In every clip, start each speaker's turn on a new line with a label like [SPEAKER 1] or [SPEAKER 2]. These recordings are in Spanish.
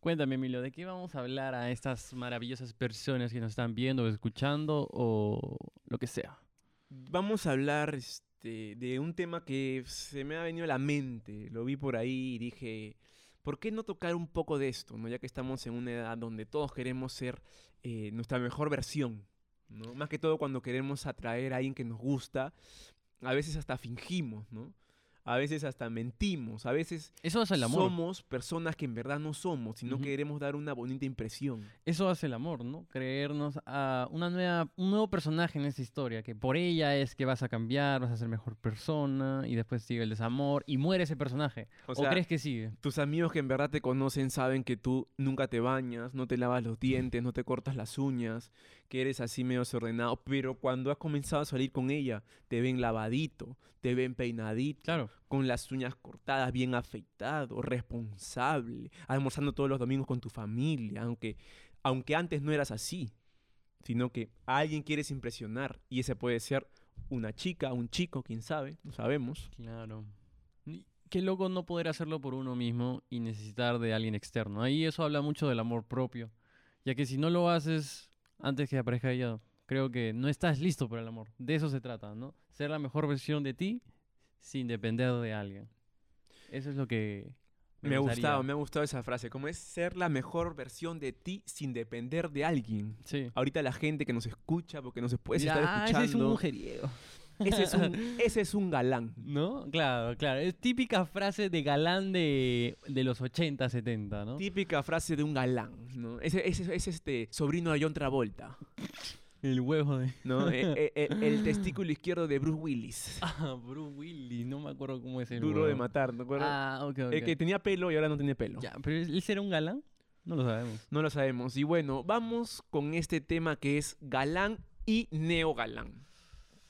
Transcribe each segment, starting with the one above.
[SPEAKER 1] Cuéntame, Emilio, ¿de qué vamos a hablar a estas maravillosas personas que nos están viendo, escuchando o lo que sea?
[SPEAKER 2] Vamos a hablar este, de un tema que se me ha venido a la mente. Lo vi por ahí y dije, ¿por qué no tocar un poco de esto? ¿no? Ya que estamos en una edad donde todos queremos ser eh, nuestra mejor versión. ¿no? Más que todo cuando queremos atraer a alguien que nos gusta, a veces hasta fingimos, ¿no? A veces hasta mentimos, a veces
[SPEAKER 1] Eso hace el amor.
[SPEAKER 2] somos personas que en verdad no somos, sino
[SPEAKER 1] Ujú.
[SPEAKER 2] queremos dar una bonita impresión.
[SPEAKER 1] Eso hace el amor, ¿no? Creernos a una nueva, un nuevo personaje en esta historia, que por ella es que vas a cambiar, vas a ser mejor persona, y después sigue el desamor, y muere ese personaje.
[SPEAKER 2] O
[SPEAKER 1] O,
[SPEAKER 2] sea,
[SPEAKER 1] crees que sigue.
[SPEAKER 2] Tus amigos que en verdad te conocen saben que tú nunca te bañas, no te lavas los dientes, no te cortas las uñas, que eres así medio desordenado, pero cuando has comenzado a salir con ella, te ven lavadito, te ven peinadito,
[SPEAKER 1] Claro.
[SPEAKER 2] con las uñas cortadas, bien afeitado, responsable, almorzando todos los domingos con tu familia, aunque, aunque antes no eras así, sino que a alguien quieres impresionar y ese puede ser una chica, un chico, quién sabe, no sabemos.
[SPEAKER 1] Claro. Y Qué loco no poder hacerlo por uno mismo y necesitar de alguien externo. Ahí eso habla mucho del amor propio, ya que si no lo haces antes que aparezca ella, creo que no estás listo para el amor. De eso se trata, ¿no? Ser la mejor versión de ti sin depender de alguien. Eso es lo que
[SPEAKER 2] Me, ha gustado, me ha gustado esa frase, como es ser la mejor versión de ti sin depender de alguien.
[SPEAKER 1] Sí.
[SPEAKER 2] Ahorita la gente que nos escucha, porque nos puede
[SPEAKER 1] Ya,
[SPEAKER 2] estar
[SPEAKER 1] ese es un
[SPEAKER 2] escuchando,
[SPEAKER 1] mujeriego.
[SPEAKER 2] ese es un, ese es un galán.
[SPEAKER 1] ¿No? Claro, claro. Es típica frase de galán de, de los 80, 70, ¿no?
[SPEAKER 2] Típica frase de un galán, ¿no? Ese ese- es este sobrino de John Travolta.
[SPEAKER 1] El huevo de...
[SPEAKER 2] ¿no? E- e- el, el testículo izquierdo de Bruce Willis.
[SPEAKER 1] Ah, Bruce Willis, no me acuerdo cómo es el
[SPEAKER 2] Duro de
[SPEAKER 1] huevón.
[SPEAKER 2] matar, ¿no? acuerdas?
[SPEAKER 1] Ah, ok, ok.
[SPEAKER 2] El que tenía pelo y ahora no tiene pelo.
[SPEAKER 1] Ya, pero él será un galán, no lo sabemos.
[SPEAKER 2] No lo sabemos. Y bueno, vamos con este tema que es galán y neogalán.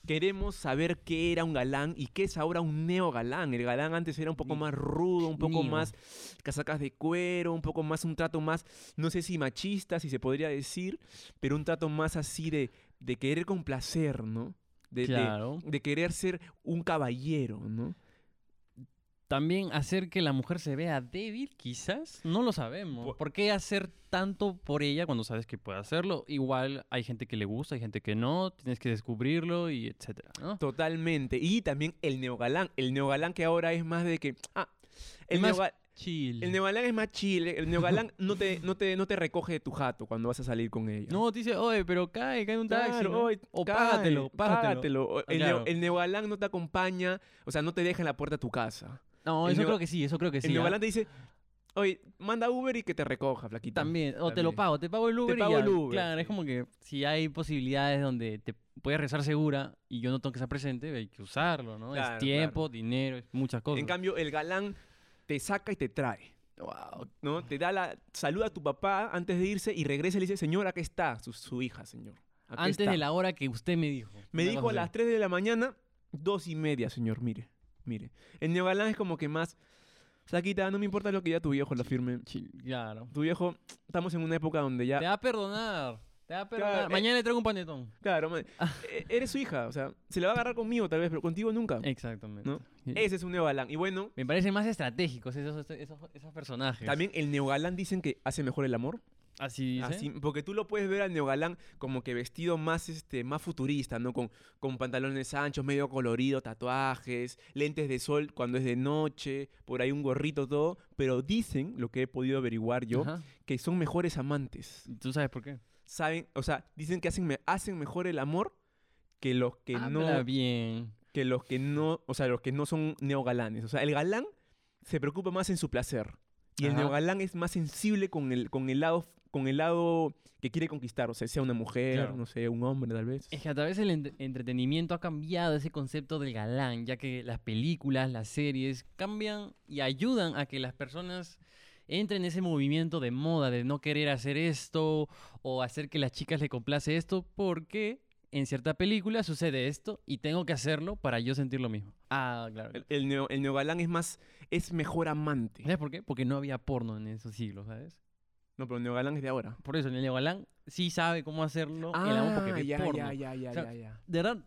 [SPEAKER 2] Queremos saber qué era un galán y qué es ahora un neogalán. El galán antes era un poco
[SPEAKER 1] Ni-
[SPEAKER 2] más rudo, un poco
[SPEAKER 1] Neo.
[SPEAKER 2] más casacas de cuero, un poco más un trato más, no sé si machista, si se podría decir, pero un trato más así de, de querer complacer, ¿no? De, de-
[SPEAKER 1] Claro.
[SPEAKER 2] de querer ser un caballero, ¿no?
[SPEAKER 1] También hacer que la mujer se vea débil, quizás, no lo sabemos.
[SPEAKER 2] Por-
[SPEAKER 1] ¿Por qué hacer tanto por ella cuando sabes que puede hacerlo? Igual hay gente que le gusta, hay gente que no, tienes que descubrirlo y etcétera, ¿no?
[SPEAKER 2] Totalmente. Y también el neogalán. El neogalán que ahora es más de que. Ah, el,
[SPEAKER 1] Más
[SPEAKER 2] neoga-
[SPEAKER 1] Chill.
[SPEAKER 2] el neogalán es más chile. El neogalán no te, no, te, no te recoge de tu jato cuando vas a salir con ella.
[SPEAKER 1] No, te dice, oye, pero cae, cae un taxi.
[SPEAKER 2] Claro,
[SPEAKER 1] ¿no?
[SPEAKER 2] oye,
[SPEAKER 1] o
[SPEAKER 2] cae,
[SPEAKER 1] págatelo, págatelo.
[SPEAKER 2] págatelo. El,
[SPEAKER 1] claro.
[SPEAKER 2] neo- el neogalán no te acompaña, o sea, no te deja en la puerta de tu casa.
[SPEAKER 1] No,
[SPEAKER 2] el
[SPEAKER 1] eso
[SPEAKER 2] neo-
[SPEAKER 1] creo que sí, eso creo que sí.
[SPEAKER 2] el
[SPEAKER 1] ¿ah?
[SPEAKER 2] neogalán te dice, oye, manda Uber y que te recoja, flaquita.
[SPEAKER 1] También, o te lo
[SPEAKER 2] También.
[SPEAKER 1] pago, te pago el Uber. y
[SPEAKER 2] pago
[SPEAKER 1] ya.
[SPEAKER 2] el Uber,
[SPEAKER 1] Claro,
[SPEAKER 2] sí.
[SPEAKER 1] es como que si hay posibilidades donde te puedes rezar segura y yo no tengo que estar presente, hay que usarlo, ¿no?
[SPEAKER 2] Claro,
[SPEAKER 1] es tiempo, dinero, es muchas cosas.
[SPEAKER 2] En cambio, el galán te saca y te trae. ¿no? Te da la. Saluda a tu papá antes de irse y regresa y le dice, señor, acá está su, su hija, señor. Acá
[SPEAKER 1] Antes
[SPEAKER 2] está".
[SPEAKER 1] de la hora que usted me dijo.
[SPEAKER 2] Me
[SPEAKER 1] Una
[SPEAKER 2] dijo
[SPEAKER 1] cosa
[SPEAKER 2] a las
[SPEAKER 1] así.
[SPEAKER 2] 3 de la mañana, dos y media, señor, mire, mire. El neogalán es como que más, flaquita, no me importa lo que ya tu viejo lo firme.
[SPEAKER 1] Chi- Claro.
[SPEAKER 2] Tu viejo, estamos en una época donde
[SPEAKER 1] Te
[SPEAKER 2] ya...
[SPEAKER 1] va a perdonar. Te va a perdonar.
[SPEAKER 2] Claro, eh.
[SPEAKER 1] Mañana le traigo un panetón.
[SPEAKER 2] Claro, man,
[SPEAKER 1] Ah.
[SPEAKER 2] e- eres su hija, o sea, se la va a agarrar conmigo tal vez, pero contigo nunca.
[SPEAKER 1] Eh, Exactamente.
[SPEAKER 2] ¿No?
[SPEAKER 1] Y-
[SPEAKER 2] Ese es un neogalán. Y bueno,
[SPEAKER 1] Me parecen más estratégicos esos, esos, esos personajes.
[SPEAKER 2] también el neogalán dicen que hace mejor el amor.
[SPEAKER 1] Así dice.
[SPEAKER 2] Así, porque tú lo puedes ver al neogalán como que vestido más, este, más futurista, ¿no? Con, con pantalones anchos, medio colorido, tatuajes, lentes de sol cuando es de noche, por ahí un gorrito, todo. Pero dicen, lo que he podido averiguar yo,
[SPEAKER 1] Ajá.
[SPEAKER 2] que son mejores amantes.
[SPEAKER 1] ¿Tú sabes por qué?
[SPEAKER 2] Saben, o sea, dicen que hacen, me- hacen mejor el amor que los que
[SPEAKER 1] Habla
[SPEAKER 2] no.
[SPEAKER 1] bien.
[SPEAKER 2] Que los que no. O sea, los que no son neogalanes. O sea, el galán se preocupa más en su placer. Y el
[SPEAKER 1] Ajá.
[SPEAKER 2] neogalán es más sensible con el, con el lado con el lado que quiere conquistar, o sea, sea una mujer,
[SPEAKER 1] Claro.
[SPEAKER 2] no sé, un hombre tal vez.
[SPEAKER 1] Es que a través del ent- entretenimiento ha cambiado ese concepto del galán, ya que las películas, las series cambian y ayudan a que las personas entren en ese movimiento de moda de no querer hacer esto o hacer que las chicas le complace esto porque en cierta película sucede esto y tengo que hacerlo para yo sentir lo mismo. Ah, claro.
[SPEAKER 2] El, el neo- el neogalán es más, es mejor amante.
[SPEAKER 1] ¿Sabes por qué? Porque no había porno en esos siglos, ¿sabes?
[SPEAKER 2] No, pero el neogalán es de ahora.
[SPEAKER 1] Por eso el galán sí sabe cómo hacerlo el amor porque ve
[SPEAKER 2] Ah, ya,
[SPEAKER 1] porno.
[SPEAKER 2] ya, ya, ya,
[SPEAKER 1] O sea,
[SPEAKER 2] ya, ya.
[SPEAKER 1] De verdad,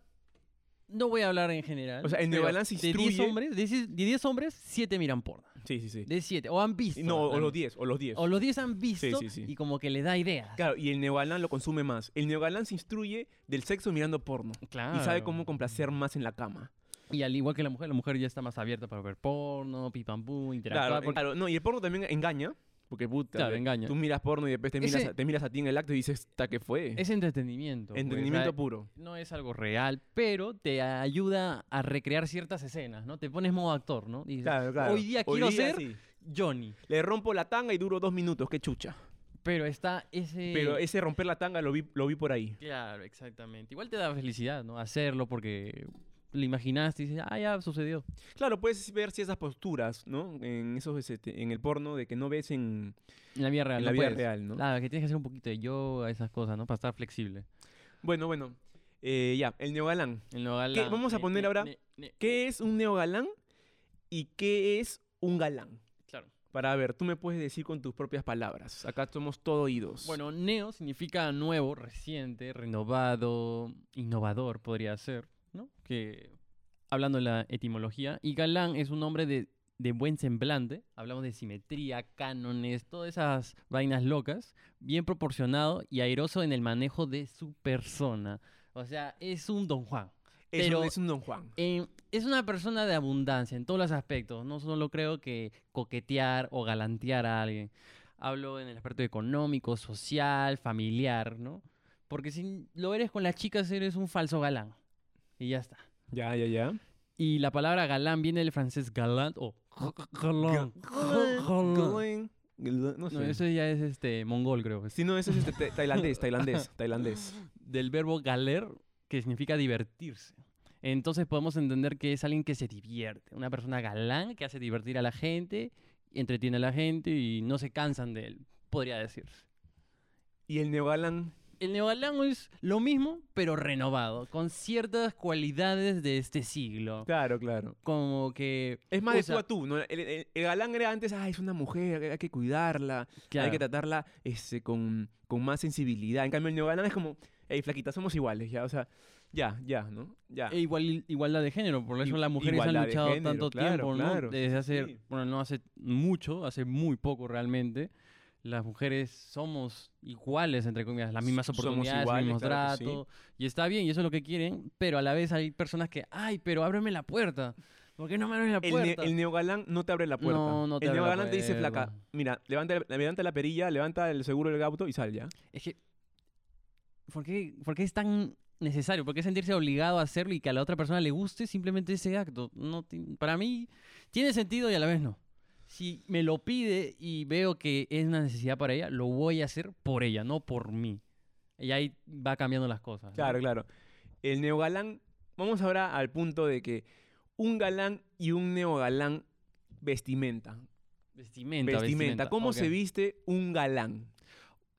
[SPEAKER 1] no voy a hablar en general.
[SPEAKER 2] O sea, en
[SPEAKER 1] pero
[SPEAKER 2] Nueva Orleans se
[SPEAKER 1] De 10
[SPEAKER 2] instruye-
[SPEAKER 1] hombres, de 10 de 10 hombres, 7 miran porno.
[SPEAKER 2] Sí, sí, sí.
[SPEAKER 1] De 7. O han visto.
[SPEAKER 2] Y No, o
[SPEAKER 1] han-
[SPEAKER 2] los 10, o los 10.
[SPEAKER 1] O los 10 han visto
[SPEAKER 2] sí, sí.
[SPEAKER 1] y como que le da ideas.
[SPEAKER 2] Claro, y el neogalán lo consume más. El neogalán se instruye del sexo mirando porno.
[SPEAKER 1] Claro.
[SPEAKER 2] Y sabe cómo complacer más en la cama.
[SPEAKER 1] Y al igual que la mujer, la mujer ya está más abierta para ver porno, pim pam pum, interactuar.
[SPEAKER 2] Claro, en-
[SPEAKER 1] porque-
[SPEAKER 2] claro, no, y el porno también engaña. Porque puta,
[SPEAKER 1] Claro,
[SPEAKER 2] ve,
[SPEAKER 1] engaña.
[SPEAKER 2] tú miras porno y después te miras,
[SPEAKER 1] Ese-
[SPEAKER 2] a, te miras a ti en el acto y dices, ¿ta qué fue?
[SPEAKER 1] Es entretenimiento. pues,
[SPEAKER 2] Entendimiento
[SPEAKER 1] ¿verdad?
[SPEAKER 2] puro.
[SPEAKER 1] No es algo real, pero te ayuda a recrear ciertas escenas, ¿no? Te pones modo actor, ¿no? Y dices, Hoy día quiero ser
[SPEAKER 2] sí.
[SPEAKER 1] Johnny.
[SPEAKER 2] Le rompo la tanga y duro dos minutos, qué chucha.
[SPEAKER 1] Pero está ese...
[SPEAKER 2] Pero ese romper la tanga lo vi, lo vi por ahí.
[SPEAKER 1] Claro, exactamente. Igual te da felicidad, ¿no? Hacerlo porque lo imaginaste y dices, ah, ya sucedió.
[SPEAKER 2] Claro, puedes ver si esas posturas, ¿no? En esos este, en el porno de que no ves en,
[SPEAKER 1] En la vida real.
[SPEAKER 2] en la
[SPEAKER 1] no
[SPEAKER 2] vida
[SPEAKER 1] puedes.
[SPEAKER 2] real, ¿no?
[SPEAKER 1] Claro, que tienes que hacer un poquito de yoga, esas cosas, ¿no? Para estar flexible.
[SPEAKER 2] Bueno, bueno. Eh, ya, el neogalán.
[SPEAKER 1] En lo galán,
[SPEAKER 2] Vamos a
[SPEAKER 1] ne-
[SPEAKER 2] poner
[SPEAKER 1] ne-
[SPEAKER 2] ahora
[SPEAKER 1] ne- ne-
[SPEAKER 2] ¿Qué es un neogalán y qué es un galán?
[SPEAKER 1] Claro.
[SPEAKER 2] Para ver, tú me puedes decir con tus propias palabras. Acá somos todo oídos.
[SPEAKER 1] Bueno, neo significa nuevo, reciente, renovado, innovador podría ser, ¿no? Que hablando de la etimología, y galán es un hombre de, de buen semblante, hablamos de simetría, cánones, todas esas vainas locas, bien proporcionado y airoso en el manejo de su persona. O sea, es un don Juan.
[SPEAKER 2] es,
[SPEAKER 1] pero-
[SPEAKER 2] un, es un don Juan.
[SPEAKER 1] Eh, es una persona de abundancia en todos los aspectos. No solo creo que coquetear o galantear a alguien. Hablo en el aspecto económico, social, familiar, ¿no? Porque si lo eres con las chicas, eres un falso galán. Y ya está.
[SPEAKER 2] Ya, ya, ya.
[SPEAKER 1] Y la palabra galán viene del francés galant o galán. Galán.
[SPEAKER 2] Galán. Galán, No
[SPEAKER 1] No,
[SPEAKER 2] sé.
[SPEAKER 1] eso ya es este mongol, creo. Es
[SPEAKER 2] Sí, no, eso es este, ta- tailandés, tailandés, tailandés.
[SPEAKER 1] del verbo galer, que significa divertirse. Entonces podemos entender que es alguien que se divierte, una persona galán que hace divertir a la gente, entretiene a la gente y no se cansan de él, podría decirse.
[SPEAKER 2] Y el neogalán,
[SPEAKER 1] El neogalán es lo mismo, pero renovado, con ciertas cualidades de este siglo.
[SPEAKER 2] claro, claro.
[SPEAKER 1] Como que...
[SPEAKER 2] Es más de tú
[SPEAKER 1] usa-
[SPEAKER 2] a tú, ¿no? El, el- el galán era antes, ah, es una mujer, hay que cuidarla, hay que
[SPEAKER 1] Claro.
[SPEAKER 2] tratarla este, con, con más sensibilidad. En cambio, el neogalán es como, hey, flaquita, somos iguales, ya, o sea, ya, ya, ¿no? Ya.
[SPEAKER 1] E igual, igualdad de género, por eso
[SPEAKER 2] Ig-
[SPEAKER 1] las mujeres han
[SPEAKER 2] igualdad de
[SPEAKER 1] luchado
[SPEAKER 2] género,
[SPEAKER 1] tanto
[SPEAKER 2] claro,
[SPEAKER 1] tiempo, ¿no?
[SPEAKER 2] claro,
[SPEAKER 1] Desde hace,
[SPEAKER 2] sí.
[SPEAKER 1] bueno, no hace mucho, hace muy poco realmente. Las mujeres somos iguales, entre comillas, las mismas
[SPEAKER 2] Somos
[SPEAKER 1] oportunidades,
[SPEAKER 2] iguales,
[SPEAKER 1] el mismo
[SPEAKER 2] claro que sí.
[SPEAKER 1] trato. Y está bien, y eso es lo que quieren, pero a la vez hay personas que, ay, pero ábreme la puerta. ¿Por qué no me abres la
[SPEAKER 2] El, ne-
[SPEAKER 1] puerta?
[SPEAKER 2] el neogalán no te abre la puerta.
[SPEAKER 1] No, no te
[SPEAKER 2] el
[SPEAKER 1] abre la
[SPEAKER 2] neogalán te dice,
[SPEAKER 1] puerta.
[SPEAKER 2] flaca, mira, levanta, levanta la perilla, levanta el seguro del auto y sal ya.
[SPEAKER 1] Es que, ¿por qué, por qué es tan necesario? ¿Por qué sentirse obligado a hacerlo y que a la otra persona le guste simplemente ese acto? No, ti- para mí tiene sentido y a la vez no. Si me lo pide y veo que es una necesidad para ella, lo voy a hacer por ella, no por mí. Y ahí va cambiando las cosas. ¿no?
[SPEAKER 2] Claro, claro. El neogalán, vamos ahora al punto de que un galán y un neogalán vestimenta.
[SPEAKER 1] Vestimenta,
[SPEAKER 2] Vestimenta. ¿Cómo se
[SPEAKER 1] ok.
[SPEAKER 2] viste un galán?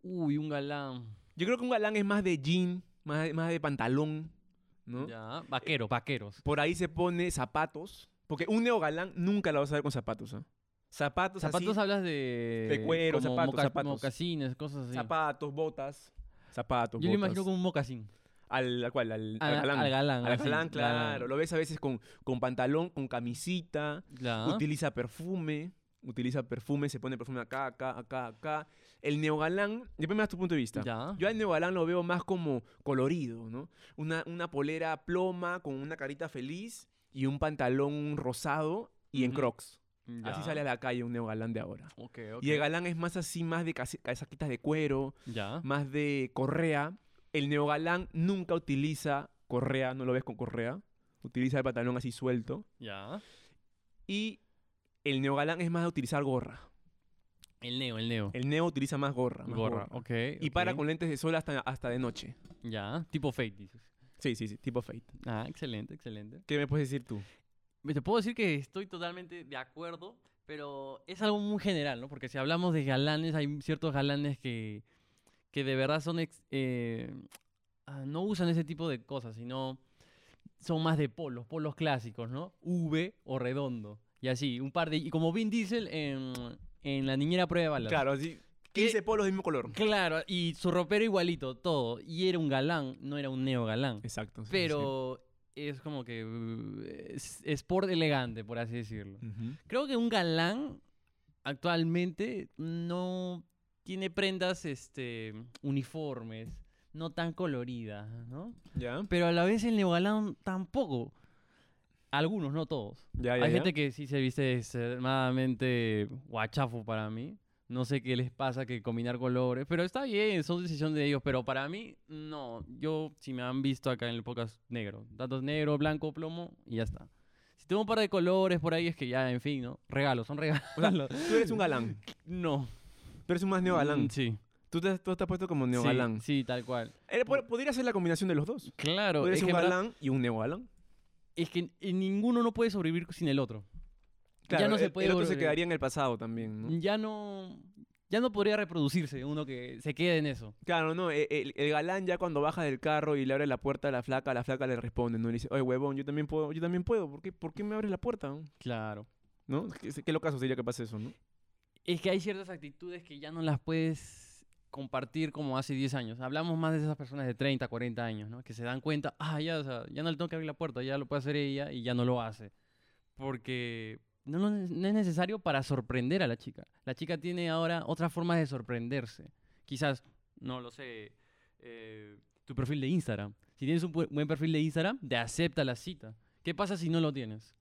[SPEAKER 1] Uy, un galán.
[SPEAKER 2] Yo creo que un galán es más de jean, más de, más de pantalón, ¿no?
[SPEAKER 1] Ya, vaqueros, vaqueros.
[SPEAKER 2] Por ahí se pone zapatos, porque un neogalán nunca lo vas a ver con zapatos, ¿ah? Zapatos,
[SPEAKER 1] Zapatos
[SPEAKER 2] así,
[SPEAKER 1] hablas de...
[SPEAKER 2] de cuero,
[SPEAKER 1] como
[SPEAKER 2] zapatos,
[SPEAKER 1] moca-
[SPEAKER 2] zapatos.
[SPEAKER 1] Mocasines, cosas así.
[SPEAKER 2] zapatos, botas, zapatos,
[SPEAKER 1] Yo lo
[SPEAKER 2] botas.
[SPEAKER 1] imagino como un mocasín.
[SPEAKER 2] al ¿a cuál? Al, al
[SPEAKER 1] Al
[SPEAKER 2] galán.
[SPEAKER 1] al galán.
[SPEAKER 2] Al
[SPEAKER 1] así,
[SPEAKER 2] galán, claro. Lo ves a veces con, con pantalón, con camisita,
[SPEAKER 1] Ya.
[SPEAKER 2] utiliza perfume, utiliza perfume, se pone perfume acá, acá, acá, acá. El neogalán, después me das tu punto de vista.
[SPEAKER 1] Ya.
[SPEAKER 2] Yo al neogalán lo veo más como colorido, ¿no? Una, una polera ploma con una carita feliz y un pantalón rosado y en
[SPEAKER 1] Ujú.
[SPEAKER 2] crocs.
[SPEAKER 1] Ya.
[SPEAKER 2] Así sale a la calle un neogalán de ahora.
[SPEAKER 1] Ok,
[SPEAKER 2] Y el
[SPEAKER 1] ok.
[SPEAKER 2] galán es más así, más de casi- casaquitas de cuero,
[SPEAKER 1] Ya.
[SPEAKER 2] más de correa. El neogalán nunca utiliza correa, no lo ves con correa. Utiliza el pantalón así suelto.
[SPEAKER 1] Ya.
[SPEAKER 2] Y el neogalán es más de utilizar gorra.
[SPEAKER 1] El neo, el neo.
[SPEAKER 2] El neo utiliza más gorra. más
[SPEAKER 1] gorra. Ok.
[SPEAKER 2] Y
[SPEAKER 1] ok.
[SPEAKER 2] para con lentes de sol hasta, hasta de noche.
[SPEAKER 1] Ya. Tipo fake, dices.
[SPEAKER 2] Sí, sí, sí, tipo Fate.
[SPEAKER 1] Ah, excelente, excelente.
[SPEAKER 2] ¿Qué me puedes decir tú?
[SPEAKER 1] Te puedo decir que estoy totalmente de acuerdo, pero es algo muy general, ¿no? Porque si hablamos de galanes, hay ciertos galanes que, que de verdad son. ex- eh, ah, no usan ese tipo de cosas, sino son más de polos, polos clásicos, ¿no? V o redondo. Y así, un par de. Y como Vin Diesel en, en La Niñera Prueba de Balas.
[SPEAKER 2] Claro, así. 15 polos del mismo color.
[SPEAKER 1] Claro, y su ropero igualito, todo. Y era un galán, no era un neo galán.
[SPEAKER 2] Exacto. sí, sí, sí.
[SPEAKER 1] Pero es como que uh, es, sport elegante, por así decirlo. Creo que un galán actualmente no tiene prendas este, uniformes, no tan coloridas, ¿no?
[SPEAKER 2] ¿Ya?
[SPEAKER 1] Pero a la vez el neogalán tampoco. Algunos, no todos.
[SPEAKER 2] ¿Ya, ya,
[SPEAKER 1] Hay
[SPEAKER 2] ya.
[SPEAKER 1] gente que sí se viste extremadamente guachafo para mí. No sé qué les pasa que combinar colores, pero está bien, son decisión de ellos. Pero para mí, no. Yo, si me han visto acá en el podcast negro, datos negro, blanco, plomo y ya está. Si tengo un par de colores por ahí, es que ya, en fin, ¿no? Regalos, son
[SPEAKER 2] O sea,
[SPEAKER 1] regalos.
[SPEAKER 2] tú eres un galán.
[SPEAKER 1] no.
[SPEAKER 2] Tú eres un más neogalán.
[SPEAKER 1] Mm, Sí.
[SPEAKER 2] Tú, te, tú te has puesto como neogalán.
[SPEAKER 1] Sí, sí, tal cual.
[SPEAKER 2] Eh, po- podría ser la combinación de los dos.
[SPEAKER 1] Claro.
[SPEAKER 2] Tú eres
[SPEAKER 1] es
[SPEAKER 2] un
[SPEAKER 1] que en verdad-
[SPEAKER 2] galán y un neogalán.
[SPEAKER 1] Es que en- ninguno no puede sobrevivir sin el otro.
[SPEAKER 2] Claro,
[SPEAKER 1] no se
[SPEAKER 2] el-
[SPEAKER 1] puede
[SPEAKER 2] El otro se
[SPEAKER 1] volver. Mm.
[SPEAKER 2] quedaría en el pasado también, ¿no?
[SPEAKER 1] Ya no. Ya no podría reproducirse uno que se quede en eso.
[SPEAKER 2] Claro, no, e- el, el galán ya cuando baja del carro y le abre la puerta a la flaca, la flaca le responde, ¿no? Y le dice, oye, huevón, yo también puedo, yo también puedo, ¿por qué, por qué me abres la puerta?
[SPEAKER 1] Claro.
[SPEAKER 2] ¿No? ¿Qué, qué locazo sería que pase eso, no?
[SPEAKER 1] Es que hay ciertas actitudes que ya no las puedes compartir como hace 10 años. Hablamos más de esas personas de 30, 40 años, ¿no? Que se dan cuenta, ah, ya, o sea, ya no le tengo que abrir la puerta, ya lo puede hacer ella y ya no lo hace. Porque no, lo ne- no es necesario para sorprender a la chica. La chica tiene ahora otras formas de sorprenderse. Quizás, no lo sé, eh, tu perfil de Instagram. Si tienes un pu- buen perfil de Instagram, te acepta la cita. ¿Qué pasa si no lo tienes?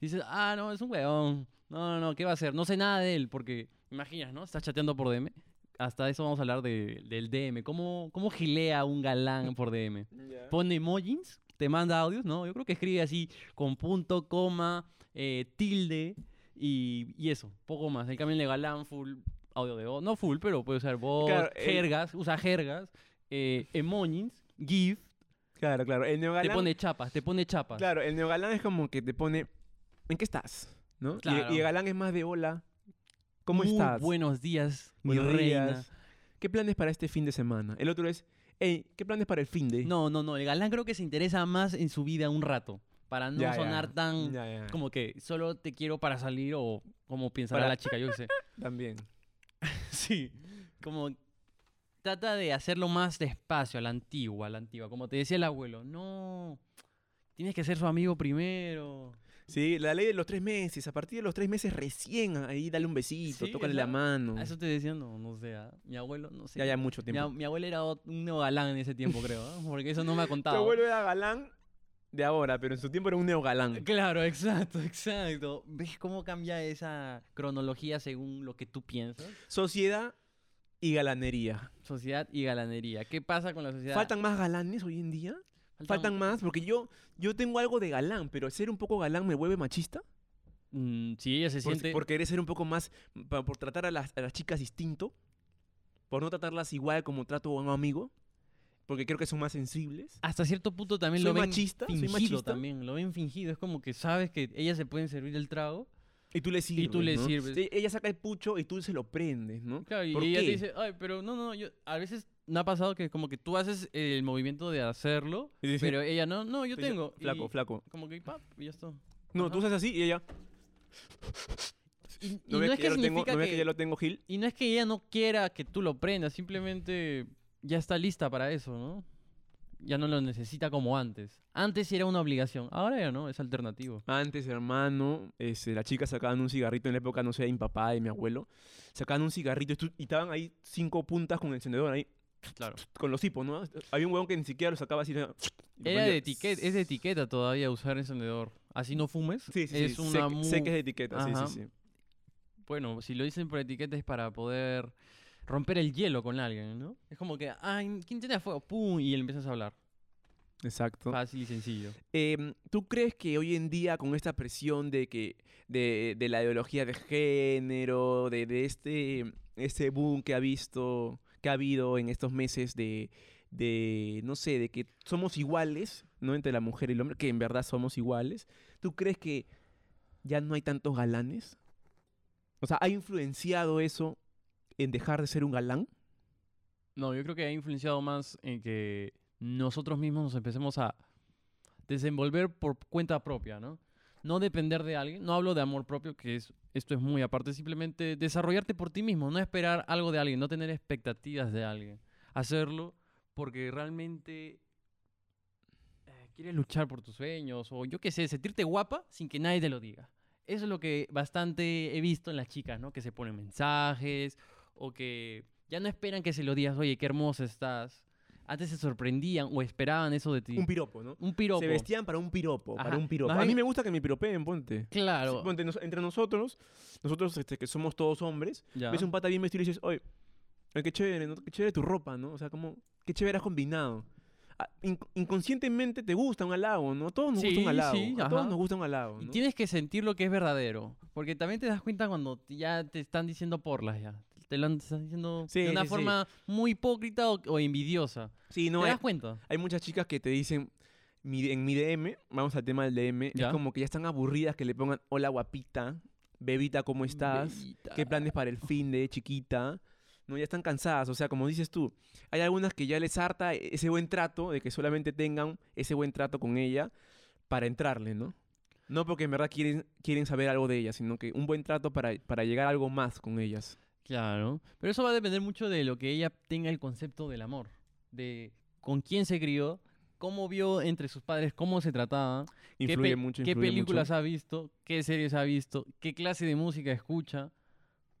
[SPEAKER 1] Dices, ah, no, es un weón. No, no, no, ¿qué va a hacer? No sé nada de él, porque imaginas, ¿no? Estás chateando por DM. Hasta eso vamos a hablar de- del DM. ¿Cómo, ¿Cómo gilea un galán por DM? Pone emojis, te manda audios, ¿no? Yo creo que escribe así con punto, coma, eh, tilde y, y eso, poco más. El cambio de galán, full audio de voz. No full, pero puede usar voz,
[SPEAKER 2] Claro, eh, el-
[SPEAKER 1] jergas, usa jergas, eh, emojis, GIF,
[SPEAKER 2] Claro, claro. El
[SPEAKER 1] te
[SPEAKER 2] neogalán,
[SPEAKER 1] pone chapas, te pone chapas.
[SPEAKER 2] claro, el neogalán es como que te pone, ¿en qué estás? ¿No? Y-
[SPEAKER 1] Claro.
[SPEAKER 2] Y, el galán es más de hola. ¿Cómo
[SPEAKER 1] Muy
[SPEAKER 2] estás?
[SPEAKER 1] Buenos días, mi
[SPEAKER 2] Buenos
[SPEAKER 1] reina.
[SPEAKER 2] días. ¿Qué planes para este fin de semana? El otro es, hey, ¿qué planes para el fin de?
[SPEAKER 1] No, no, no. El galán creo que se interesa más en su vida un rato. Para no
[SPEAKER 2] Ya, ya.
[SPEAKER 1] sonar tan.
[SPEAKER 2] Ya, ya,
[SPEAKER 1] Como que solo te quiero para salir o como pensará
[SPEAKER 2] Para-
[SPEAKER 1] la chica, yo qué sé.
[SPEAKER 2] También.
[SPEAKER 1] sí. Como. Trata de hacerlo más despacio, a la antigua, a la antigua. Como te decía el abuelo, no. Tienes que ser su amigo primero.
[SPEAKER 2] Sí, la ley de los tres meses. A partir de los tres meses recién ahí dale un besito,
[SPEAKER 1] Sí,
[SPEAKER 2] tócale
[SPEAKER 1] o sea,
[SPEAKER 2] la mano.
[SPEAKER 1] A eso te decía, no, no sé. ah, Mi abuelo, no sé.
[SPEAKER 2] Mm. Ya, ya mucho
[SPEAKER 1] mi, a-
[SPEAKER 2] tiempo.
[SPEAKER 1] mi abuelo era ot- un neogalán en ese tiempo, creo. ah, Porque eso no me ha contado.
[SPEAKER 2] era galán de ahora, pero en su tiempo era un neogalán.
[SPEAKER 1] Claro, exacto, exacto. ¿Ves cómo cambia esa cronología según lo que tú piensas?
[SPEAKER 2] Sociedad y galanería.
[SPEAKER 1] Sociedad y galanería. ¿Qué pasa con la sociedad?
[SPEAKER 2] ¿Faltan más galanes hoy en día? ¿Faltan más? Porque yo, yo tengo algo de galán, pero ser un poco galán me vuelve machista.
[SPEAKER 1] Mm, si ella se
[SPEAKER 2] Por,
[SPEAKER 1] siente...
[SPEAKER 2] por querer ser un poco más, pa- por tratar a las, a las chicas distinto, por no tratarlas igual como trato a un amigo, porque creo que son más sensibles.
[SPEAKER 1] Hasta cierto punto también lo
[SPEAKER 2] ¿Soy
[SPEAKER 1] ven
[SPEAKER 2] machista? ¿Soy
[SPEAKER 1] fingido
[SPEAKER 2] machista?
[SPEAKER 1] también. Lo ven fingido. Es como que sabes que ellas se pueden servir el trago.
[SPEAKER 2] Y tú le sirves.
[SPEAKER 1] tú le
[SPEAKER 2] ¿no?
[SPEAKER 1] sirves.
[SPEAKER 2] Sí, Ella saca el pucho y tú se lo prendes, ¿no?
[SPEAKER 1] Claro, y
[SPEAKER 2] ¿Por
[SPEAKER 1] ella te
[SPEAKER 2] qué?
[SPEAKER 1] dice, ay, pero no, no, no, yo... A veces me ha pasado que como que tú haces el movimiento de hacerlo,
[SPEAKER 2] Y dice,
[SPEAKER 1] pero ella no, no, yo
[SPEAKER 2] Te dice,
[SPEAKER 1] tengo. y
[SPEAKER 2] Flaco, flaco.
[SPEAKER 1] Como que, pap, y ya está.
[SPEAKER 2] No,
[SPEAKER 1] Ajá.
[SPEAKER 2] tú haces así y ella.
[SPEAKER 1] Y, y
[SPEAKER 2] ¿No
[SPEAKER 1] no,
[SPEAKER 2] ves
[SPEAKER 1] es
[SPEAKER 2] ya
[SPEAKER 1] que
[SPEAKER 2] lo tengo,
[SPEAKER 1] significa
[SPEAKER 2] ¿no ves
[SPEAKER 1] que...
[SPEAKER 2] que ya lo tengo, Gil?
[SPEAKER 1] Y no es que ella no quiera que tú lo prendas, simplemente ya está lista para eso, ¿no? Ya no lo necesita como antes. Antes era una obligación, ahora ya no, es alternativo.
[SPEAKER 2] Antes, hermano, este, las chicas sacaban un cigarrito en la época, no sé, de mi papá, de mi abuelo. Sacaban un cigarrito y, tú- y estaban ahí cinco puntas con el encendedor ahí,
[SPEAKER 1] Claro.
[SPEAKER 2] con los hipos, ¿no? Había un huevón que ni siquiera lo sacaba así. Era
[SPEAKER 1] Era de etiqueta, es de etiqueta todavía usar encendedor. Así no fumes.
[SPEAKER 2] Sí, sí, sí.
[SPEAKER 1] es una
[SPEAKER 2] sé,
[SPEAKER 1] mu-
[SPEAKER 2] sé que es de etiqueta,
[SPEAKER 1] Ajá.
[SPEAKER 2] sí, sí, sí.
[SPEAKER 1] Bueno, si lo dicen por etiqueta es para poder romper el hielo con alguien, ¿no? Es como que, ay, ¿quién tiene fuego? ¡Pum! Y empiezas a hablar.
[SPEAKER 2] Exacto.
[SPEAKER 1] Fácil y sencillo.
[SPEAKER 2] Em, ¿Tú crees que hoy en día con esta presión de que de, de la ideología de género, de, de este, este boom que ha visto, que ha habido en estos meses de, de, no sé, de que somos iguales, ¿no? Entre la mujer y el hombre, que en verdad somos iguales. ¿Tú crees que ya no hay tantos galanes? O sea, ¿ha influenciado eso en dejar de ser un galán?
[SPEAKER 1] No, yo creo que ha influenciado más en que nosotros mismos nos empecemos a desenvolver por cuenta propia, ¿no? No depender de alguien, no hablo de amor propio, que es, esto es muy aparte, simplemente desarrollarte por ti mismo, no esperar algo de alguien, no tener expectativas de alguien, hacerlo porque realmente, eh, quieres luchar por tus sueños o yo qué sé, sentirte guapa sin que nadie te lo diga. Eso es lo que bastante he visto en las chicas, ¿no? Que se ponen mensajes o que ya no esperan que se lo digas, oye, qué hermosa estás. Antes se sorprendían o esperaban eso de ti.
[SPEAKER 2] Un piropo, ¿no?
[SPEAKER 1] Un piropo.
[SPEAKER 2] Se vestían para un piropo,
[SPEAKER 1] Ajá.
[SPEAKER 2] para un piropo.
[SPEAKER 1] Más
[SPEAKER 2] A mí
[SPEAKER 1] bien-
[SPEAKER 2] me gusta que me piropeen, ponte.
[SPEAKER 1] Claro.
[SPEAKER 2] Ponte, nos- entre nosotros, nosotros este, que somos todos hombres,
[SPEAKER 1] ya.
[SPEAKER 2] ves un pata bien vestido y dices, oye, ay, qué chévere, ¿no? qué chévere tu ropa, ¿no? O sea, como, qué chévere has combinado. Ah, in- inconscientemente te gusta un halago, ¿no? A todos nos gusta
[SPEAKER 1] Sí,
[SPEAKER 2] un halago.
[SPEAKER 1] sí,
[SPEAKER 2] a todos
[SPEAKER 1] ajá.
[SPEAKER 2] nos gusta un halago.
[SPEAKER 1] Y
[SPEAKER 2] ¿no?
[SPEAKER 1] tienes que sentir lo que es verdadero. Porque también te das cuenta cuando t- ya te están diciendo porlas ya. Te lo han- te están diciendo
[SPEAKER 2] Sí,
[SPEAKER 1] de una
[SPEAKER 2] sí, sí.
[SPEAKER 1] forma muy hipócrita o, o envidiosa.
[SPEAKER 2] Sí, no, eh,
[SPEAKER 1] ¿Te
[SPEAKER 2] hay,
[SPEAKER 1] das cuenta?
[SPEAKER 2] hay muchas chicas que te dicen, mi- en mi DM, vamos al tema del DM,
[SPEAKER 1] Ya.
[SPEAKER 2] es como que ya están aburridas que le pongan, hola guapita, bebita, ¿cómo estás?
[SPEAKER 1] Bebita.
[SPEAKER 2] ¿Qué planes para el fin de chiquita? No, ya están cansadas. O sea, como dices tú, hay algunas que ya les harta e- ese buen trato, de que solamente tengan ese buen trato con ella para entrarle, ¿no? No porque en verdad quieren, quieren saber algo de ella, sino que un buen trato para, para llegar a algo más con ellas.
[SPEAKER 1] Claro. Pero eso va a depender mucho de lo que ella tenga el concepto del amor. De con quién se crió, cómo vio entre sus padres, cómo se trataban. ¿Qué
[SPEAKER 2] Influye
[SPEAKER 1] pe-
[SPEAKER 2] mucho,
[SPEAKER 1] ¿Qué
[SPEAKER 2] influye
[SPEAKER 1] películas
[SPEAKER 2] mucho.
[SPEAKER 1] ha visto? ¿Qué series ha visto? ¿Qué clase de música escucha?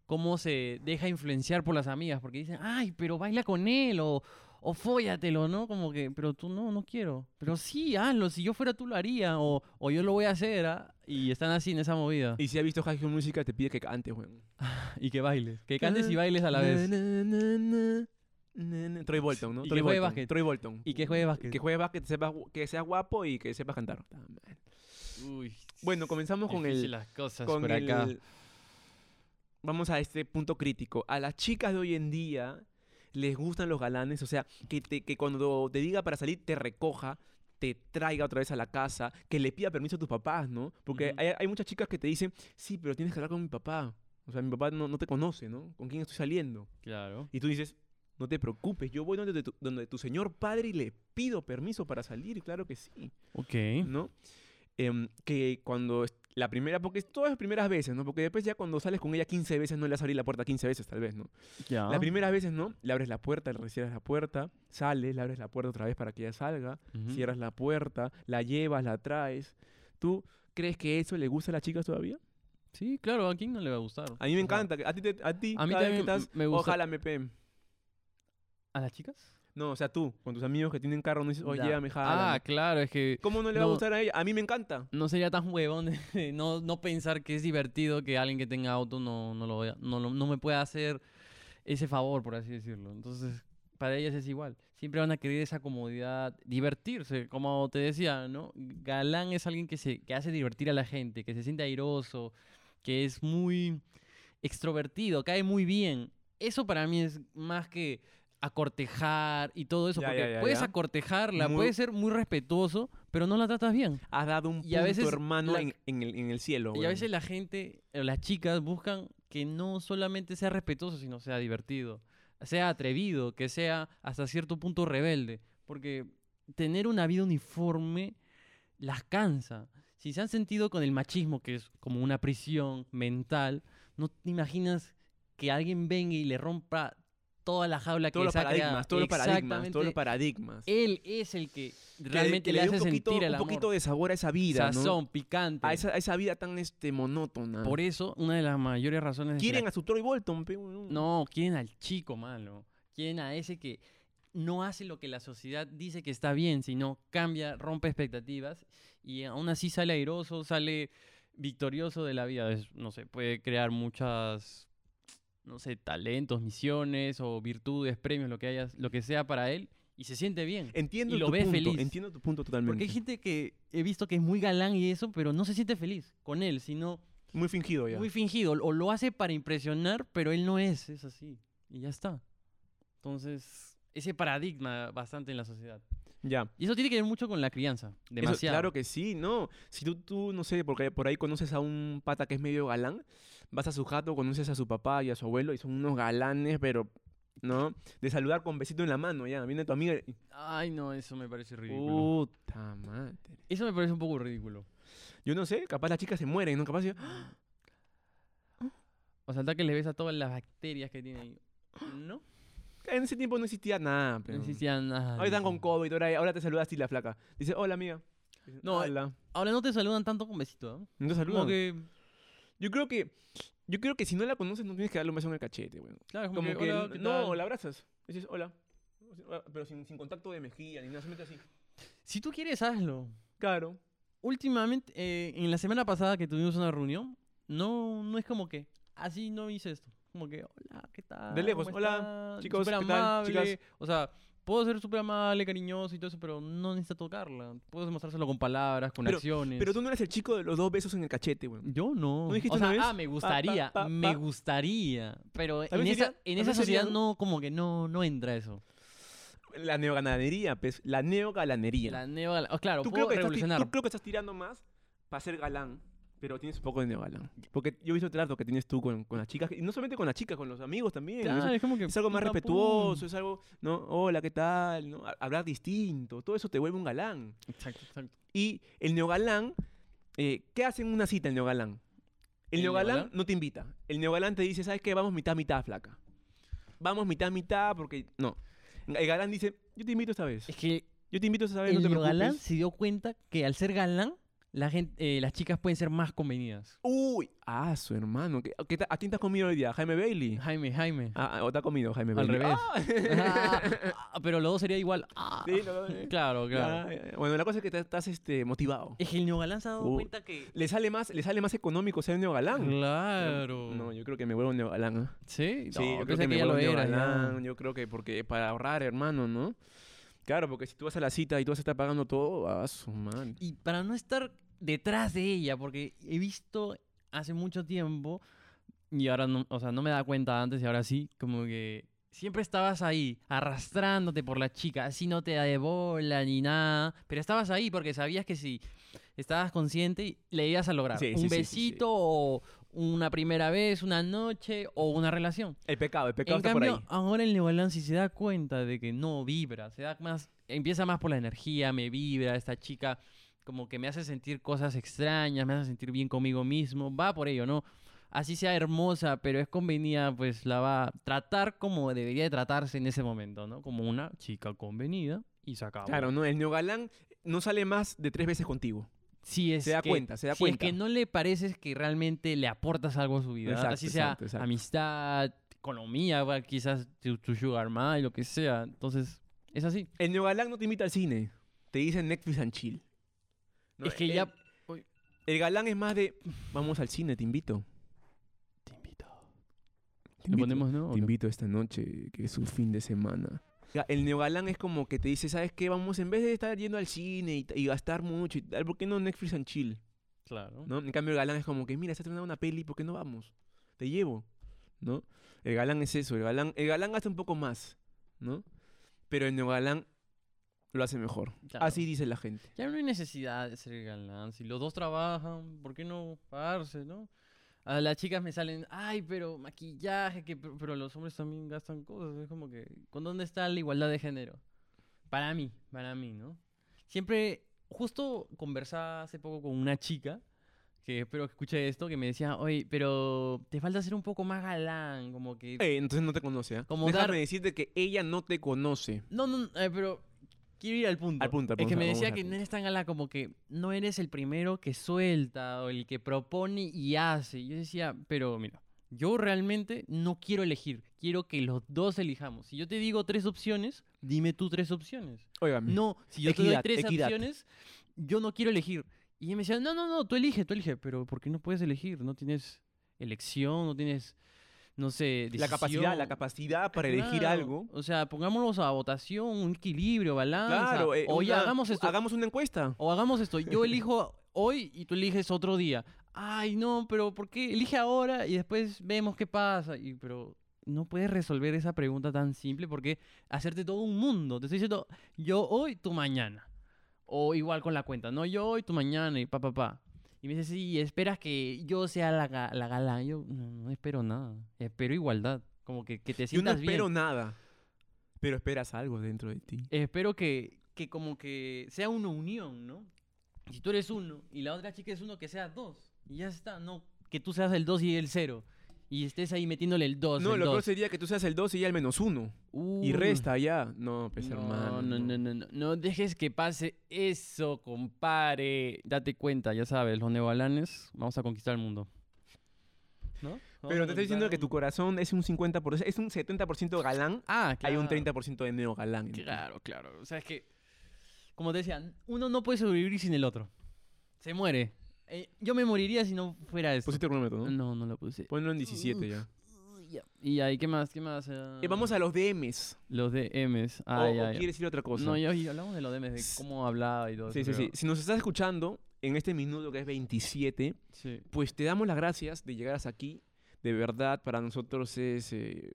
[SPEAKER 1] ¿Cómo se deja influenciar por las amigas? Porque dicen, ay, pero baila con él o, o fóllatelo, ¿no? Como que, pero tú no, no quiero. Pero sí, hazlo, si yo fuera tú lo haría o, o yo lo voy a hacer. ¿ah?". Y están así en esa movida. Y,
[SPEAKER 2] Y si ha visto High School Musical, te pide que cantes, weón.
[SPEAKER 1] que bailes. Que cantes y bailes a la vez.
[SPEAKER 2] Na, na, na, na, na. Troy Bolton, ¿no?
[SPEAKER 1] Y que
[SPEAKER 2] Troy
[SPEAKER 1] juegue
[SPEAKER 2] Bolton,
[SPEAKER 1] básquet.
[SPEAKER 2] Troy Bolton.
[SPEAKER 1] Y que juegue básquet.
[SPEAKER 2] Que juegue básquet, sepas gu- que seas guapo y que sepas cantar.
[SPEAKER 1] Uy,
[SPEAKER 2] Bueno, comenzamos con
[SPEAKER 1] difícil
[SPEAKER 2] el,
[SPEAKER 1] las cosas
[SPEAKER 2] con
[SPEAKER 1] por acá.
[SPEAKER 2] el- Vamos a este punto crítico. A las chicas de hoy en día les gustan los galanes, o sea, que, te- que cuando te diga para salir te recoja, te traiga otra vez a la casa, que le pida permiso a tus papás, ¿no? Porque
[SPEAKER 1] Ujú.
[SPEAKER 2] hay, hay muchas chicas que te dicen, sí, pero tienes que hablar con mi papá. O sea, mi papá no, no te conoce, ¿no? ¿Con quién estoy saliendo?
[SPEAKER 1] Claro.
[SPEAKER 2] Y tú dices, no te preocupes, yo voy donde tu, donde tu señor padre y le pido permiso para salir, claro que sí.
[SPEAKER 1] Ok.
[SPEAKER 2] ¿no? Em, que cuando es- la primera, porque es todas las primeras veces, ¿no? Porque después ya cuando sales con ella 15 veces no le vas a abrir la puerta 15 veces, tal vez, ¿no?
[SPEAKER 1] Ya.
[SPEAKER 2] Las primeras veces, ¿no? Le abres la puerta, le cierras la puerta, sales, le abres la puerta otra vez para que ella salga,
[SPEAKER 1] Ujú.
[SPEAKER 2] cierras la puerta, la llevas, la traes. ¿Tú crees que eso le gusta a las chicas todavía?
[SPEAKER 1] Sí, claro, a quién no le va a gustar.
[SPEAKER 2] A mí me
[SPEAKER 1] O sea,
[SPEAKER 2] encanta, que- a ti, te- a ti,
[SPEAKER 1] a mí
[SPEAKER 2] cada vez que
[SPEAKER 1] también
[SPEAKER 2] estás,
[SPEAKER 1] me gusta-
[SPEAKER 2] ojalá me peguen.
[SPEAKER 1] ¿A las chicas?
[SPEAKER 2] No, o sea, tú, con tus amigos que tienen carro, no dices, oye,
[SPEAKER 1] Ya.
[SPEAKER 2] llévame, jálame".
[SPEAKER 1] Ah, claro, es que
[SPEAKER 2] ¿Cómo no le
[SPEAKER 1] no.
[SPEAKER 2] va a gustar a ella? A mí me encanta.
[SPEAKER 1] no sería tan huevón de no, no pensar que es divertido que alguien que tenga auto no, no, lo, vea- no, lo- no me pueda hacer ese favor, por así decirlo. Entonces, para ellas es igual. Siempre van a querer esa comodidad, divertirse, como te decía, ¿no? Galán es alguien que, se, que hace divertir a la gente, que se siente airoso, que es muy extrovertido, cae muy bien. Eso para mí es más que acortejar y todo eso,
[SPEAKER 2] Ya,
[SPEAKER 1] porque
[SPEAKER 2] ya, ya,
[SPEAKER 1] puedes
[SPEAKER 2] ya.
[SPEAKER 1] acortejarla,
[SPEAKER 2] Muy-
[SPEAKER 1] puedes ser muy respetuoso, pero no la tratas bien.
[SPEAKER 2] Has dado un
[SPEAKER 1] Y a
[SPEAKER 2] punto,
[SPEAKER 1] veces
[SPEAKER 2] hermano,
[SPEAKER 1] la-
[SPEAKER 2] en, en el, en el cielo.
[SPEAKER 1] Y a
[SPEAKER 2] weón.
[SPEAKER 1] veces la gente, o las chicas buscan que no solamente sea respetuoso, sino sea divertido, sea atrevido, que sea hasta cierto punto rebelde, porque tener una vida uniforme las cansa. Si se han sentido con el machismo, que es como una prisión mental, no te imaginas que alguien venga y le rompa toda la jaula
[SPEAKER 2] todos
[SPEAKER 1] que
[SPEAKER 2] los
[SPEAKER 1] se ha creado.
[SPEAKER 2] paradigmas, todos los paradigmas, todos los
[SPEAKER 1] Exactamente.
[SPEAKER 2] paradigmas.
[SPEAKER 1] Él es el que
[SPEAKER 2] Que
[SPEAKER 1] realmente
[SPEAKER 2] que
[SPEAKER 1] le,
[SPEAKER 2] dé
[SPEAKER 1] hace
[SPEAKER 2] un poquito,
[SPEAKER 1] sentir el
[SPEAKER 2] un
[SPEAKER 1] amor.
[SPEAKER 2] poquito de sabor a esa vida, ¿no?
[SPEAKER 1] sazón, picante.
[SPEAKER 2] A esa, a esa vida tan este monótona.
[SPEAKER 1] Por eso, una de las mayores razones de que la
[SPEAKER 2] Quieren a su Troy Bolton, pe, weón.
[SPEAKER 1] No, quieren al chico malo. Quieren a ese que no hace lo que la sociedad dice que está bien, sino cambia, rompe expectativas y aún así sale airoso, sale victorioso de la vida. Es- no sé, puede crear muchas, no sé, talentos, misiones o virtudes, premios, lo que, haya, lo que sea para él y se siente bien.
[SPEAKER 2] Entiendo
[SPEAKER 1] Y lo
[SPEAKER 2] tu
[SPEAKER 1] ve
[SPEAKER 2] punto,
[SPEAKER 1] feliz.
[SPEAKER 2] entiendo tu punto totalmente.
[SPEAKER 1] Porque hay gente que he visto que es muy galán y eso, pero no se siente feliz con él, sino
[SPEAKER 2] Muy fingido ya.
[SPEAKER 1] muy fingido. O lo hace para impresionar, pero él no es, es así. Y ya está. Entonces, ese paradigma bastante en la sociedad.
[SPEAKER 2] Ya.
[SPEAKER 1] Y eso tiene que ver mucho con la crianza.
[SPEAKER 2] Eso,
[SPEAKER 1] Demasiado.
[SPEAKER 2] claro que sí, no. Si tú, tú, no sé, porque por ahí conoces a un pata que es medio galán, vas a su jato, conoces a su papá y a su abuelo y son unos galanes, pero, ¿no? De saludar con besito en la mano, ya. Viene tu amiga y...
[SPEAKER 1] Ay, no, eso me parece ridículo.
[SPEAKER 2] Puta madre.
[SPEAKER 1] Uh, Eso me parece un poco ridículo.
[SPEAKER 2] Yo no sé, capaz las chicas se mueren, ¿no? Capaz... yo-
[SPEAKER 1] O sea, hasta que le ves a todas las bacterias que tiene ahí. ¿No?
[SPEAKER 2] ¿Qué en ese tiempo no existía nada.
[SPEAKER 1] No
[SPEAKER 2] pero-
[SPEAKER 1] existía nada.
[SPEAKER 2] Ahora están
[SPEAKER 1] dice.
[SPEAKER 2] con COVID, ahora, ahora te saludas así la flaca. Dice, hola amiga. Dice,
[SPEAKER 1] No,
[SPEAKER 2] hola.
[SPEAKER 1] Ahora no te saludan tanto con besito, ¿ah?
[SPEAKER 2] No
[SPEAKER 1] Como
[SPEAKER 2] te saludan.
[SPEAKER 1] que,
[SPEAKER 2] Yo creo que. Yo creo que si no la conoces, no tienes que darle un beso en el cachete, weón.
[SPEAKER 1] claro, como,
[SPEAKER 2] Como
[SPEAKER 1] que,
[SPEAKER 2] que.
[SPEAKER 1] hola, ¿qué
[SPEAKER 2] no,
[SPEAKER 1] tal? Ah,
[SPEAKER 2] la abrazas. Dices, hola. Pero sin, sin contacto de mejilla, ni nada, solamente así.
[SPEAKER 1] Si tú quieres, hazlo.
[SPEAKER 2] Claro.
[SPEAKER 1] Últimamente, eh, en la semana pasada que tuvimos una reunión, no, no es como que así no hice esto. Como que, hola, ¿qué tal?
[SPEAKER 2] De lejos,
[SPEAKER 1] ¿Cómo
[SPEAKER 2] "Hola,
[SPEAKER 1] están?".
[SPEAKER 2] chicos,
[SPEAKER 1] Súper
[SPEAKER 2] ¿qué tal,
[SPEAKER 1] amable.
[SPEAKER 2] chicas?
[SPEAKER 1] O sea, puedo ser súper amable, cariñoso y todo eso, pero no necesito tocarla. Puedo demostrárselo con palabras, con acciones.
[SPEAKER 2] Pero tú no eres el chico de los dos besos en el cachete, weón.
[SPEAKER 1] Yo no.
[SPEAKER 2] ¿No dijiste
[SPEAKER 1] o sea,
[SPEAKER 2] una vez?
[SPEAKER 1] ah, me gustaría,
[SPEAKER 2] pa, pa.
[SPEAKER 1] me gustaría. Pero
[SPEAKER 2] Tal
[SPEAKER 1] en
[SPEAKER 2] vez
[SPEAKER 1] esa,
[SPEAKER 2] sería-
[SPEAKER 1] en
[SPEAKER 2] tal
[SPEAKER 1] esa
[SPEAKER 2] vez sería,
[SPEAKER 1] sociedad
[SPEAKER 2] ¿no?
[SPEAKER 1] no, como que no, no entra eso.
[SPEAKER 2] La neoganadería, pues. La neogalanería.
[SPEAKER 1] La neo, oh, claro,
[SPEAKER 2] tú,
[SPEAKER 1] puedo
[SPEAKER 2] creo que estás ti-
[SPEAKER 1] revolucionar.
[SPEAKER 2] tú creo que estás tirando más para ser galán, pero tienes un poco de neogalán. Porque yo he visto el trato que tienes tú con, con las chicas, y no solamente con las chicas, con los amigos también. ¿no?
[SPEAKER 1] Claro,
[SPEAKER 2] Es,
[SPEAKER 1] es como que
[SPEAKER 2] es algo más
[SPEAKER 1] puta, pum.
[SPEAKER 2] respetuoso, es algo, ¿no? Hola, ¿qué tal? ¿no? Ha- Hablar distinto, todo eso te vuelve un galán.
[SPEAKER 1] Exacto, exacto.
[SPEAKER 2] Y el neogalán, eh, ¿qué hace en una cita el neogalán? El,
[SPEAKER 1] ¿El
[SPEAKER 2] neogalán,
[SPEAKER 1] neogalán?
[SPEAKER 2] no te invita. El neogalán te dice, ¿sabes qué? Vamos mitad, mitad, flaca. Vamos mitad, mitad, porque no. El galán dice, yo te invito esta vez.
[SPEAKER 1] Es que
[SPEAKER 2] Yo te invito esta vez, no
[SPEAKER 1] el
[SPEAKER 2] te preocupes.
[SPEAKER 1] galán se dio cuenta que al ser galán, la gente, eh, las chicas pueden ser más convenidas.
[SPEAKER 2] Uy, ah, su hermano. ¿Qué, qué ta- ¿A quién te has comido hoy día? ¿Jaime Bailey?
[SPEAKER 1] Jaime, Jaime.
[SPEAKER 2] Ah, ah, ¿O te ha comido Jaime
[SPEAKER 1] Al
[SPEAKER 2] Bailey?
[SPEAKER 1] revés.
[SPEAKER 2] Ah.
[SPEAKER 1] Ah, pero los dos sería igual. Ah.
[SPEAKER 2] Sí, no, eh.
[SPEAKER 1] Claro, claro.
[SPEAKER 2] Ah, eh, Bueno, la cosa es que te- estás este, motivado.
[SPEAKER 1] Es que el neogalán se ha dado
[SPEAKER 2] Uh.
[SPEAKER 1] cuenta que.
[SPEAKER 2] Le sale más, le sale más económico ser neogalán.
[SPEAKER 1] Claro.
[SPEAKER 2] No, yo creo que me vuelvo neogalán. ¿ah?
[SPEAKER 1] Sí,
[SPEAKER 2] Sí,
[SPEAKER 1] No,
[SPEAKER 2] yo creo
[SPEAKER 1] pensé
[SPEAKER 2] que me
[SPEAKER 1] ya
[SPEAKER 2] vuelvo
[SPEAKER 1] lo era.
[SPEAKER 2] neogalán. Yo creo que porque para ahorrar, hermano, ¿no? Claro, porque si tú vas a la cita y tú vas a estar pagando todo, ah, su madre.
[SPEAKER 1] Y para no estar detrás de ella, porque he visto hace mucho tiempo, y ahora no, o sea, no me da cuenta antes y ahora sí, como que siempre estabas ahí, arrastrándote por la chica, así no te da de bola ni nada, pero estabas ahí porque sabías que si estabas consciente, le ibas a lograr
[SPEAKER 2] Sí, sí,
[SPEAKER 1] un
[SPEAKER 2] sí, sí, sí.
[SPEAKER 1] besito o una primera vez, una noche o una relación.
[SPEAKER 2] El pecado, el pecado
[SPEAKER 1] en
[SPEAKER 2] está
[SPEAKER 1] cambio,
[SPEAKER 2] por ahí.
[SPEAKER 1] ahora el Neobalán si se da cuenta de que no vibra, se da más, empieza más por la energía, me vibra, esta chica como que me hace sentir cosas extrañas, me hace sentir bien conmigo mismo, va por ello, ¿no? Así sea hermosa, pero es convenida, pues la va a tratar como debería de tratarse en ese momento, ¿no? Como una chica convenida y se acabó.
[SPEAKER 2] Claro, no, el neogalán no sale más de tres veces contigo.
[SPEAKER 1] Si es
[SPEAKER 2] Se da
[SPEAKER 1] que-
[SPEAKER 2] cuenta, se da
[SPEAKER 1] si
[SPEAKER 2] cuenta.
[SPEAKER 1] es que no le pareces que realmente le aportas algo a su vida,
[SPEAKER 2] Exacto,
[SPEAKER 1] así sea
[SPEAKER 2] exacto, exacto.
[SPEAKER 1] amistad, economía, va, quizás tu, tu sugar mama, lo que sea. Entonces, es así.
[SPEAKER 2] El neogalán no te invita al cine. Te dice Netflix and chill. No, eh,
[SPEAKER 1] es que
[SPEAKER 2] el-
[SPEAKER 1] ya...
[SPEAKER 2] El galán es más de. Vamos al cine, te invito. Te invito. Te
[SPEAKER 1] ¿Le
[SPEAKER 2] invito,
[SPEAKER 1] ponemos no? ¿O
[SPEAKER 2] te
[SPEAKER 1] no?
[SPEAKER 2] invito esta noche, que es un fin de semana. Ya, El neogalán es como que te dice, ¿sabes qué? Vamos, en vez de estar yendo al cine y, y gastar mucho, y tal, ¿por qué no Netflix and chill?
[SPEAKER 1] Claro.
[SPEAKER 2] ¿No? En cambio, el galán es como que, mira, está estrenando una peli, ¿por qué no vamos? Te llevo, ¿no? El galán es eso, el galán, el galán gasta un poco más, ¿no? Pero el neogalán lo hace mejor.
[SPEAKER 1] Claro.
[SPEAKER 2] Así dice la gente.
[SPEAKER 1] Ya no hay necesidad de ser galán. Si los dos trabajan, ¿por qué no pagarse, no? A las chicas me salen, ay, pero maquillaje, que, pero, pero los hombres también gastan cosas. Es como que, ¿con dónde está la igualdad de género? Para mí, para mí, ¿no? Siempre, justo conversaba hace poco con una chica, que espero que escuche esto, que me decía, oye, pero te falta ser un poco más galán, como que...
[SPEAKER 2] Eh, entonces no te conoce, ¿ah?
[SPEAKER 1] Como
[SPEAKER 2] Déjame
[SPEAKER 1] dar-
[SPEAKER 2] decirte que ella no te conoce.
[SPEAKER 1] No, no, no, eh, pero quiero ir al punto.
[SPEAKER 2] Al punto, al
[SPEAKER 1] Es que
[SPEAKER 2] punto,
[SPEAKER 1] me
[SPEAKER 2] vamos
[SPEAKER 1] decía
[SPEAKER 2] al
[SPEAKER 1] que no
[SPEAKER 2] punto.
[SPEAKER 1] eres tan galán como que no eres el primero que suelta o el que propone y hace. Y Yo decía, pero mira, yo realmente no quiero elegir, quiero que los dos elijamos. Si yo te digo tres opciones, dime tú tres opciones.
[SPEAKER 2] Óigame.
[SPEAKER 1] No, si yo te doy
[SPEAKER 2] Mm. Equidad,
[SPEAKER 1] tres
[SPEAKER 2] equidad.
[SPEAKER 1] opciones, yo no quiero elegir. Y ella me decía, no, no, no, tú elige, tú elige. Pero ¿por qué no puedes elegir? No tienes elección, no tienes, no sé,
[SPEAKER 2] la capacidad, la
[SPEAKER 1] decisión".
[SPEAKER 2] capacidad para elegir
[SPEAKER 1] Claro,
[SPEAKER 2] algo.
[SPEAKER 1] O sea, pongámonos a votación, un equilibrio, balanza.
[SPEAKER 2] Claro, eh,
[SPEAKER 1] Ah, o ya
[SPEAKER 2] una-
[SPEAKER 1] hagamos esto.
[SPEAKER 2] Hagamos una encuesta.
[SPEAKER 1] O hagamos esto. Yo elijo hoy y tú eliges otro día. Ay, no, pero ¿por qué? Elige ahora y después vemos qué pasa. Y, pero no puedes resolver esa pregunta tan simple porque hacerte todo un mundo. Te estoy diciendo yo hoy, tú mañana. O igual con la cuenta. No, yo hoy, tú mañana y pa, pa, pa. Y me dice, sí, esperas que yo sea la, ga- la galán. Yo no, no espero nada. Espero igualdad. Como que, que te
[SPEAKER 2] Yo no
[SPEAKER 1] sientas bien.
[SPEAKER 2] espero nada. Pero esperas algo dentro de ti.
[SPEAKER 1] espero que, que como que sea una unión, ¿no? Si tú eres uno y la otra chica es uno, que sea dos. Y ya está, no que tú seas el dos y el cero. Y estés ahí metiéndole el 2.
[SPEAKER 2] No,
[SPEAKER 1] el
[SPEAKER 2] lo peor
[SPEAKER 1] dos.
[SPEAKER 2] sería que tú seas el 2 y ella el menos 1.
[SPEAKER 1] Uh,
[SPEAKER 2] Y resta ya. No, pues
[SPEAKER 1] no,
[SPEAKER 2] hermano.
[SPEAKER 1] No, no, no, no. No dejes que pase eso, compare. Date cuenta, ya sabes, los neobalanes, vamos a conquistar el mundo. ¿No? Vamos
[SPEAKER 2] Pero
[SPEAKER 1] a
[SPEAKER 2] te
[SPEAKER 1] conquistar
[SPEAKER 2] estoy diciendo
[SPEAKER 1] el
[SPEAKER 2] que tu
[SPEAKER 1] mundo.
[SPEAKER 2] corazón es un 50%, es un 70% galán.
[SPEAKER 1] Ah, claro.
[SPEAKER 2] Hay un 30% de neo galán. en ti.
[SPEAKER 1] Claro, claro. O sea, es que, como te decía, uno no puede sobrevivir sin el otro. Se muere. Eh, yo me moriría si no fuera eso.
[SPEAKER 2] Pusiste cronómetro, ¿no?
[SPEAKER 1] No, no lo puse.
[SPEAKER 2] Ponlo en 17 ya.
[SPEAKER 1] Uy, ya. Y ahí, ¿qué más? ¿Qué más? Ah,
[SPEAKER 2] Eh, vamos a los DMs.
[SPEAKER 1] Los DMs.
[SPEAKER 2] O-
[SPEAKER 1] Ah,
[SPEAKER 2] o,
[SPEAKER 1] ya, ya.
[SPEAKER 2] quieres ir a otra cosa.
[SPEAKER 1] No, ya, ya hablamos de los DMs, de
[SPEAKER 2] S-
[SPEAKER 1] cómo hablaba y todo
[SPEAKER 2] sí,
[SPEAKER 1] eso.
[SPEAKER 2] sí, sí. Si nos estás escuchando en este minuto que es 27,
[SPEAKER 1] sí. Sí.
[SPEAKER 2] pues te damos las gracias de llegar hasta aquí. De verdad, para nosotros es, eh,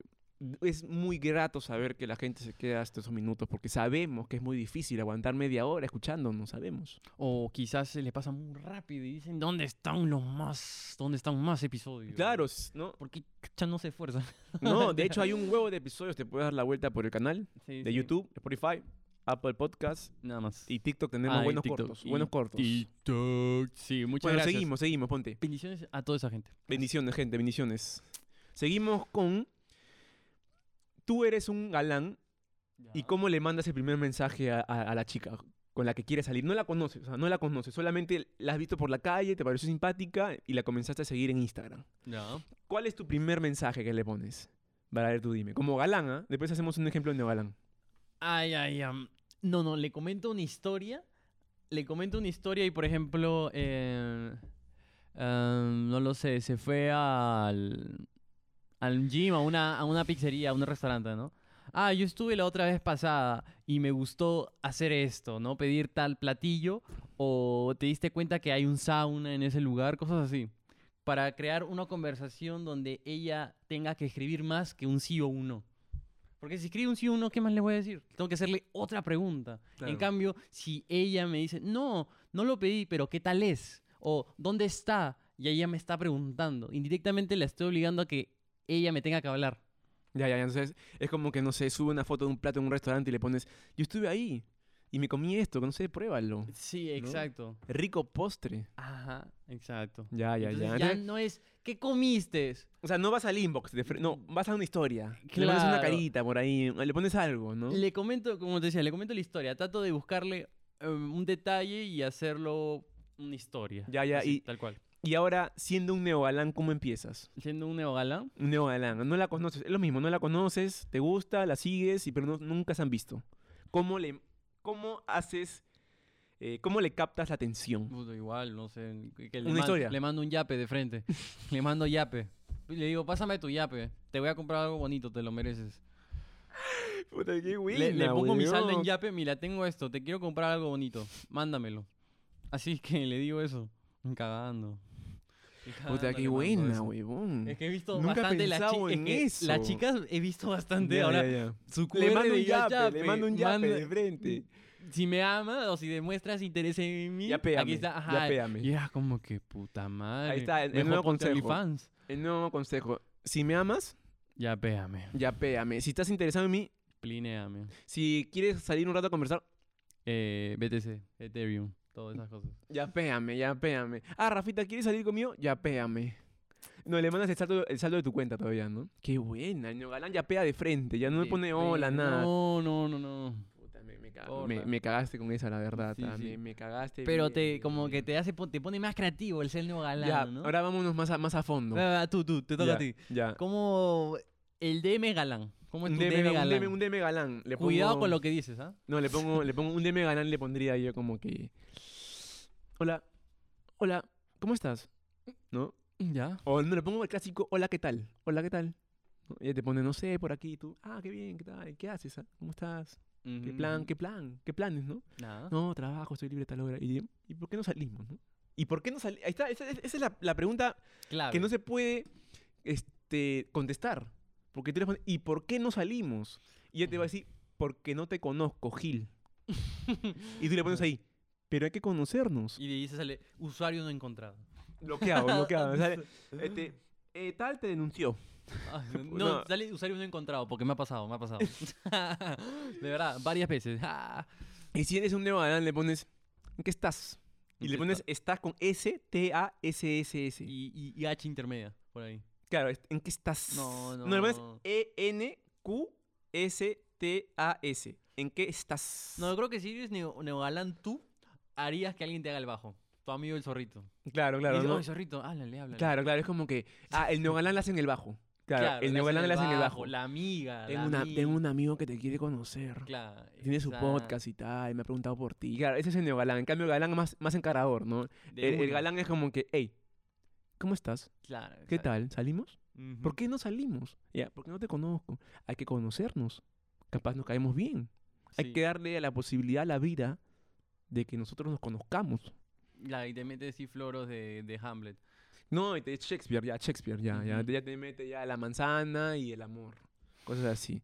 [SPEAKER 2] es muy grato saber que la gente se queda hasta esos minutos, porque sabemos que es muy difícil aguantar media hora escuchándonos, sabemos.
[SPEAKER 1] O quizás se les pasa muy rápido y dicen, ¿dónde están los más? ¿Dónde están más episodios?
[SPEAKER 2] Claro, s- ¿no?
[SPEAKER 1] ¿Por qué chucha, no se esfuerzan?
[SPEAKER 2] No, de hecho hay un huevo de episodios, te puedes dar la vuelta por el canal
[SPEAKER 1] Sí,
[SPEAKER 2] de
[SPEAKER 1] sí.
[SPEAKER 2] YouTube, Spotify, Apple Podcast
[SPEAKER 1] Nada más.
[SPEAKER 2] y TikTok tenemos
[SPEAKER 1] Ah, y
[SPEAKER 2] buenos
[SPEAKER 1] TikTok.
[SPEAKER 2] cortos,
[SPEAKER 1] Y
[SPEAKER 2] buenos cortos.
[SPEAKER 1] TikTok. Sí, muchas
[SPEAKER 2] bueno,
[SPEAKER 1] gracias.
[SPEAKER 2] seguimos, seguimos, ponte.
[SPEAKER 1] Bendiciones a toda esa gente.
[SPEAKER 2] Bendiciones, gente, bendiciones. Seguimos con Tú eres un galán
[SPEAKER 1] Ah.
[SPEAKER 2] ¿Y cómo le mandas el primer mensaje a, a- a la chica con la que quieres salir? No la conoces, o sea, no la conoces, solamente la has visto por la calle, te pareció simpática y la comenzaste a seguir en Instagram.
[SPEAKER 1] Ya.
[SPEAKER 2] ¿Cuál es tu primer mensaje que le pones? Para ver, tú dime. Como galán, ¿ah? Después hacemos un ejemplo de galán.
[SPEAKER 1] Ay, ay, am. No, no, le comento una historia. Le comento una historia y, por ejemplo, eh, am, no lo sé, se fue al, al gym, a una, a una pizzería, a un restaurante, ¿no? Ah, yo estuve la otra vez pasada y me gustó hacer esto, ¿no? Pedir tal platillo o te diste cuenta que hay un sauna en ese lugar, cosas así. Para crear una conversación donde ella tenga que escribir más que un sí o un no. Porque si escribe un sí o un no, ¿qué más le voy a decir? Tengo que hacerle otra pregunta. En
[SPEAKER 2] Claro.
[SPEAKER 1] cambio, si ella me dice, no, no lo pedí, pero ¿qué tal es? O ¿dónde está? Y ella me está preguntando. Indirectamente la estoy obligando a que ella me tenga que hablar.
[SPEAKER 2] Ya, ya, ya. Entonces, es como que, no sé, sube una foto de un plato en un restaurante y le pones, yo estuve ahí y me comí esto, que no sé, pruébalo.
[SPEAKER 1] Sí, exacto.
[SPEAKER 2] Rico postre.
[SPEAKER 1] Ajá, exacto.
[SPEAKER 2] Ya, ya,
[SPEAKER 1] Entonces,
[SPEAKER 2] ya.
[SPEAKER 1] ya
[SPEAKER 2] Entonces,
[SPEAKER 1] no es, ¿qué comiste?
[SPEAKER 2] o sea, no vas al inbox, de fre- no, vas a una historia. Le pones una
[SPEAKER 1] Claro.
[SPEAKER 2] carita por ahí, le pones algo, ¿no?
[SPEAKER 1] Le comento, como te decía, le comento la historia. Trato de buscarle eh, un detalle y hacerlo una historia.
[SPEAKER 2] Ya, ya,
[SPEAKER 1] así,
[SPEAKER 2] y-
[SPEAKER 1] Tal cual.
[SPEAKER 2] Y ahora, siendo un neogalán, ¿cómo empiezas?
[SPEAKER 1] Siendo un neogalán.
[SPEAKER 2] Un neogalán, no la conoces, es lo mismo, no la conoces, te gusta, la sigues, y, pero no- nunca se han visto. ¿Cómo le, cómo haces, eh, cómo le captas la atención?
[SPEAKER 1] Puta, igual, no sé. que- que le mando-
[SPEAKER 2] Una historia.
[SPEAKER 1] Le mando un yape de frente. le mando yape. Y Le digo, pásame tu yape. Te voy a comprar algo bonito, te lo mereces.
[SPEAKER 2] Puta, qué
[SPEAKER 1] Le, le pongo mi saldo en yape, mira, tengo esto, te quiero comprar algo bonito. Mándamelo. Así que le digo eso. Cagando. Estoy
[SPEAKER 2] Puta,
[SPEAKER 1] cagando,
[SPEAKER 2] qué
[SPEAKER 1] le mando
[SPEAKER 2] buena,
[SPEAKER 1] eso.
[SPEAKER 2] huevón.
[SPEAKER 1] Es que he visto
[SPEAKER 2] Nunca he
[SPEAKER 1] bastante las
[SPEAKER 2] pensado
[SPEAKER 1] chicas.
[SPEAKER 2] en
[SPEAKER 1] Es que las
[SPEAKER 2] eso.
[SPEAKER 1] chicas he visto bastante.
[SPEAKER 2] Ya,
[SPEAKER 1] ahora,
[SPEAKER 2] ya, ya.
[SPEAKER 1] su
[SPEAKER 2] Le
[SPEAKER 1] QR
[SPEAKER 2] mando un
[SPEAKER 1] de ya-
[SPEAKER 2] yape, le mando un yape
[SPEAKER 1] manda-
[SPEAKER 2] de frente.
[SPEAKER 1] Si me ama o si demuestras interés en mí, aquí
[SPEAKER 2] Yapéame,
[SPEAKER 1] está. Ajá.
[SPEAKER 2] yapéame.
[SPEAKER 1] Y era como que puta madre.
[SPEAKER 2] está, el- el
[SPEAKER 1] Mejor
[SPEAKER 2] nuevo
[SPEAKER 1] ponte
[SPEAKER 2] consejo.
[SPEAKER 1] OnlyFans.
[SPEAKER 2] El nuevo consejo, si me amas,
[SPEAKER 1] Ya péame,
[SPEAKER 2] ya péame. Si estás interesado en mí,
[SPEAKER 1] plineame.
[SPEAKER 2] si quieres salir un rato a conversar,
[SPEAKER 1] Eh, BTC, Ethereum, todas esas cosas.
[SPEAKER 2] Ya péame, ya péame. Ah, Rafita, ¿quieres salir conmigo? Ya péame. No, le mandas el saldo, el saldo de tu cuenta todavía, ¿no? Qué buena, el galán ya pea de frente, ya no
[SPEAKER 1] Eh,
[SPEAKER 2] le pone hola,
[SPEAKER 1] eh,
[SPEAKER 2] nada.
[SPEAKER 1] No, no, no, no.
[SPEAKER 2] Puta, me, me, ca-
[SPEAKER 1] Porra.
[SPEAKER 2] me- me cagaste con esa, la verdad.
[SPEAKER 1] Sí,
[SPEAKER 2] ah,
[SPEAKER 1] sí.
[SPEAKER 2] Me, me cagaste.
[SPEAKER 1] Pero
[SPEAKER 2] bien,
[SPEAKER 1] te,
[SPEAKER 2] bien,
[SPEAKER 1] como que
[SPEAKER 2] bien.
[SPEAKER 1] te hace, po- te pone más creativo el ser nuevo galán,
[SPEAKER 2] Ya,
[SPEAKER 1] ¿no?
[SPEAKER 2] ahora vámonos más a, más a fondo.
[SPEAKER 1] Va, va, tú, tú, te toca
[SPEAKER 2] ya,
[SPEAKER 1] a ti.
[SPEAKER 2] ya.
[SPEAKER 1] Como el DM galán. ¿Cómo es
[SPEAKER 2] Un
[SPEAKER 1] tu
[SPEAKER 2] DM,
[SPEAKER 1] DM,
[SPEAKER 2] ga- un,
[SPEAKER 1] galán?
[SPEAKER 2] DM, un DM galán. Le
[SPEAKER 1] Cuidado
[SPEAKER 2] pongo-
[SPEAKER 1] con lo que dices, ¿ah?
[SPEAKER 2] No, le pongo, le pongo un DM galán, le pondría yo como que... Hola, hola, ¿cómo estás? ¿No?
[SPEAKER 1] Mm, Ya.
[SPEAKER 2] O no le pongo el clásico, hola, ¿qué tal? Hola, ¿qué tal? ¿No? Ella te pone, no sé, por aquí, y tú, ah, qué bien, ¿qué tal? ¿Qué haces? ah? ¿Cómo estás?
[SPEAKER 1] Mm.
[SPEAKER 2] ¿Qué plan? ¿Qué plan? ¿Qué planes, no?
[SPEAKER 1] Nada.
[SPEAKER 2] No, trabajo, estoy libre a tal hora. Y, ¿y por qué no salimos, no? ¿Y por qué no salimos? Ahí está, esa, esa- esa es la, la pregunta
[SPEAKER 1] Clave.
[SPEAKER 2] que no se puede este, contestar. Porque tú le pones, ¿y por qué no salimos? Y ella te va a decir, porque no te conozco, Gil. y tú le pones ahí, pero hay que conocernos.
[SPEAKER 1] Y de ahí se sale usuario no encontrado.
[SPEAKER 2] Bloqueado, bloqueado. Sale, este, eh, tal te denunció.
[SPEAKER 1] Ah, no,
[SPEAKER 2] No.
[SPEAKER 1] sale usuario no encontrado, porque me ha pasado, me ha pasado. de verdad, varias veces. Ah.
[SPEAKER 2] Y si eres un neobanán, le pones, ¿en qué estás? Y
[SPEAKER 1] ¿En
[SPEAKER 2] le
[SPEAKER 1] qué
[SPEAKER 2] pones, estás con S-T-A-S-S-S.
[SPEAKER 1] Y, y- y H intermedia, por ahí.
[SPEAKER 2] Claro, es- ¿en qué estás?
[SPEAKER 1] No, no.
[SPEAKER 2] hermano, es E-N-Q-S-T-A-S. ¿En qué estás?
[SPEAKER 1] No, yo creo que si eres neo- neogalán tú, harías que alguien te haga el bajo. Tu amigo el zorrito.
[SPEAKER 2] claro,
[SPEAKER 1] Y
[SPEAKER 2] claro.
[SPEAKER 1] dice,
[SPEAKER 2] ¿no?
[SPEAKER 1] "Oye, zorrito, háblale, háblale.
[SPEAKER 2] Claro, claro, es como que. Ah, el neogalán la hace en el bajo. Claro,
[SPEAKER 1] Claro,
[SPEAKER 2] el
[SPEAKER 1] le hacen
[SPEAKER 2] neogalán la hace en el bajo.
[SPEAKER 1] La amiga.
[SPEAKER 2] Tengo,
[SPEAKER 1] la
[SPEAKER 2] una-
[SPEAKER 1] amiga.
[SPEAKER 2] tengo un amigo que te quiere conocer.
[SPEAKER 1] Claro,
[SPEAKER 2] Tiene su
[SPEAKER 1] exacto.
[SPEAKER 2] podcast y tal, me ha preguntado por ti. Claro, ese es el neogalán. En cambio, el galán es más, más encarador, ¿no?
[SPEAKER 1] De
[SPEAKER 2] El, el
[SPEAKER 1] una,
[SPEAKER 2] galán es como que, hey, ¿cómo estás?
[SPEAKER 1] Claro.
[SPEAKER 2] ¿Qué
[SPEAKER 1] exacto.
[SPEAKER 2] tal? ¿Salimos?
[SPEAKER 1] Ujú.
[SPEAKER 2] ¿Por qué no salimos? Ya, porque no te conozco. Hay que conocernos. Capaz nos caemos bien. Hay
[SPEAKER 1] Sí.
[SPEAKER 2] que darle a la posibilidad a la vida de que nosotros nos conozcamos.
[SPEAKER 1] Ya, y te metes así floros de, de Hamlet.
[SPEAKER 2] No, y te- Shakespeare, ya, Shakespeare, ya, ya,
[SPEAKER 1] Ujú.
[SPEAKER 2] ya te mete ya la manzana y el amor. Cosas así.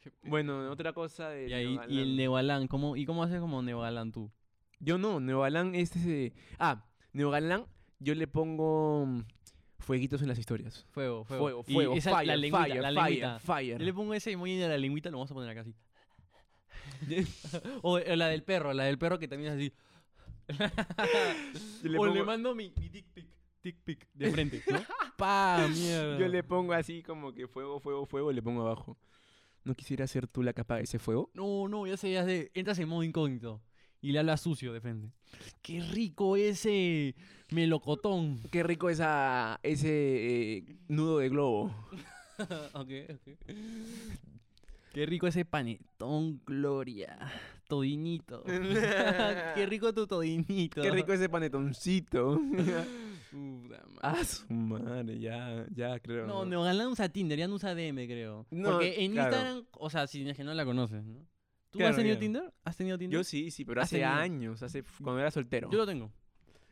[SPEAKER 1] Qué pe-
[SPEAKER 2] Bueno, otra cosa de.
[SPEAKER 1] Y, ahí- y el neogalán, ¿cómo, ¿y cómo haces como neogalán tú?
[SPEAKER 2] Yo no, Neogalán es ese. Ah, Neogalán, yo le pongo mm, fueguitos en las historias.
[SPEAKER 1] Fuego, fuego.
[SPEAKER 2] Fuego,
[SPEAKER 1] Y
[SPEAKER 2] fuego,
[SPEAKER 1] esa-
[SPEAKER 2] fire,
[SPEAKER 1] la lengüita,
[SPEAKER 2] fire,
[SPEAKER 1] la
[SPEAKER 2] fire,
[SPEAKER 1] lengüita.
[SPEAKER 2] fire.
[SPEAKER 1] Yo le pongo ese emoji de la lengüita, lo vamos a poner acá así. o, o la del perro, la del perro que también es así.
[SPEAKER 2] Yo le
[SPEAKER 1] o le
[SPEAKER 2] pongo-
[SPEAKER 1] mando mi, mi dick pic, dick pic de frente, ¿no?
[SPEAKER 2] ¡Pa!
[SPEAKER 1] mierda!
[SPEAKER 2] Yo le pongo así como que fuego, fuego, fuego, y le pongo abajo. ¿No quisiera ser tú la capa de ese fuego?
[SPEAKER 1] No, no, ya sé, ya sé. Entras en modo incógnito y le hablas sucio de frente. ¡Qué rico ese melocotón!
[SPEAKER 2] Qué rico esa, ese eh, nudo de globo.
[SPEAKER 1] ok, ok. Qué rico ese panetón, Gloria. Todinito. Qué rico tu todinito.
[SPEAKER 2] Qué rico ese panetoncito.
[SPEAKER 1] Puta madre.
[SPEAKER 2] ah, su madre, ya, ya creo.
[SPEAKER 1] No, Neogalán usa Tinder, ya no usa DM, creo.
[SPEAKER 2] No,
[SPEAKER 1] Porque en
[SPEAKER 2] claro.
[SPEAKER 1] Instagram, o sea, si es que no la conoces, ¿no? ¿Tú
[SPEAKER 2] Claro,
[SPEAKER 1] has tenido
[SPEAKER 2] ya.
[SPEAKER 1] Tinder? ¿Has tenido Tinder?
[SPEAKER 2] Yo sí, sí, pero
[SPEAKER 1] ¿Has
[SPEAKER 2] hace
[SPEAKER 1] tenido?
[SPEAKER 2] años, hace cuando era soltero.
[SPEAKER 1] Yo lo tengo.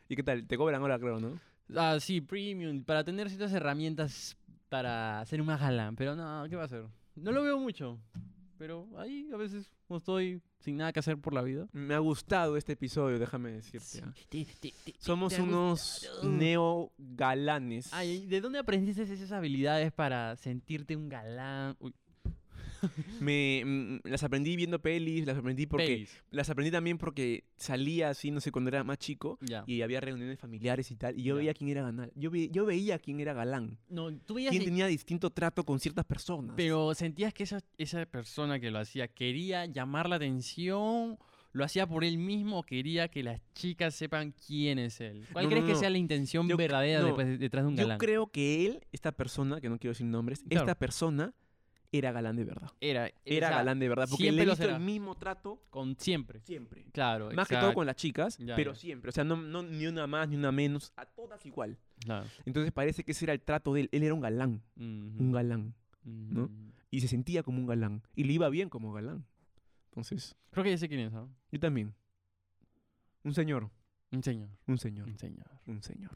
[SPEAKER 2] ¿Y qué tal? Te cobran ahora, creo, ¿no?
[SPEAKER 1] Ah, sí, premium, para tener ciertas herramientas para ser un galán, pero no, ¿qué va a hacer? No lo veo mucho, pero ahí a veces no estoy sin nada que hacer por la vida.
[SPEAKER 2] Me ha gustado este episodio, déjame decirte.
[SPEAKER 1] Sí,
[SPEAKER 2] ¿ah?
[SPEAKER 1] te- te- te-
[SPEAKER 2] Somos
[SPEAKER 1] te ha
[SPEAKER 2] unos
[SPEAKER 1] gustado.
[SPEAKER 2] neogalanes.
[SPEAKER 1] Ay, ¿y ¿de dónde aprendiste esas habilidades para sentirte un galán? Uy,
[SPEAKER 2] Me, mm, las aprendí viendo pelis, las aprendí porque
[SPEAKER 1] pelis.
[SPEAKER 2] las aprendí también porque salía así, no sé, cuando era más chico
[SPEAKER 1] Ya.
[SPEAKER 2] y había reuniones familiares y tal y yo
[SPEAKER 1] Ya.
[SPEAKER 2] veía quién era galán. Yo, ve- yo veía quién era galán,
[SPEAKER 1] No, tú veías
[SPEAKER 2] quién
[SPEAKER 1] y-
[SPEAKER 2] tenía distinto trato con ciertas personas.
[SPEAKER 1] Pero sentías que esa, esa persona que lo hacía quería llamar la atención, lo hacía por él mismo o quería que las chicas sepan quién es él. ¿Cuál
[SPEAKER 2] No,
[SPEAKER 1] crees
[SPEAKER 2] no,
[SPEAKER 1] que
[SPEAKER 2] no.
[SPEAKER 1] sea la intención
[SPEAKER 2] Yo cre-
[SPEAKER 1] verdadera
[SPEAKER 2] no.
[SPEAKER 1] después- detrás de un
[SPEAKER 2] yo
[SPEAKER 1] galán?
[SPEAKER 2] creo que él, esta persona, que no quiero decir nombres,
[SPEAKER 1] Claro.
[SPEAKER 2] esta persona era galán de verdad.
[SPEAKER 1] Era,
[SPEAKER 2] Era
[SPEAKER 1] o sea,
[SPEAKER 2] galán de verdad porque le
[SPEAKER 1] siempre
[SPEAKER 2] he
[SPEAKER 1] lo
[SPEAKER 2] visto
[SPEAKER 1] será.
[SPEAKER 2] el mismo trato
[SPEAKER 1] Con siempre.
[SPEAKER 2] siempre.
[SPEAKER 1] Claro.
[SPEAKER 2] Más que todo
[SPEAKER 1] exacto,
[SPEAKER 2] con las chicas,
[SPEAKER 1] Ya,
[SPEAKER 2] pero
[SPEAKER 1] ya.
[SPEAKER 2] siempre. O sea, no, no- ni una más, ni una menos. A todas igual.
[SPEAKER 1] claro.
[SPEAKER 2] Entonces parece que ese era el trato de él. Él era un galán. Un
[SPEAKER 1] Ujú,
[SPEAKER 2] galán. ¿no?
[SPEAKER 1] ujú.
[SPEAKER 2] Y se sentía como un galán. Y le iba bien como galán. Entonces,
[SPEAKER 1] Creo que ya sé quién es, ¿no?
[SPEAKER 2] yo también. Un señor.
[SPEAKER 1] Un señor.
[SPEAKER 2] Un señor.
[SPEAKER 1] Un señor.
[SPEAKER 2] Un señor.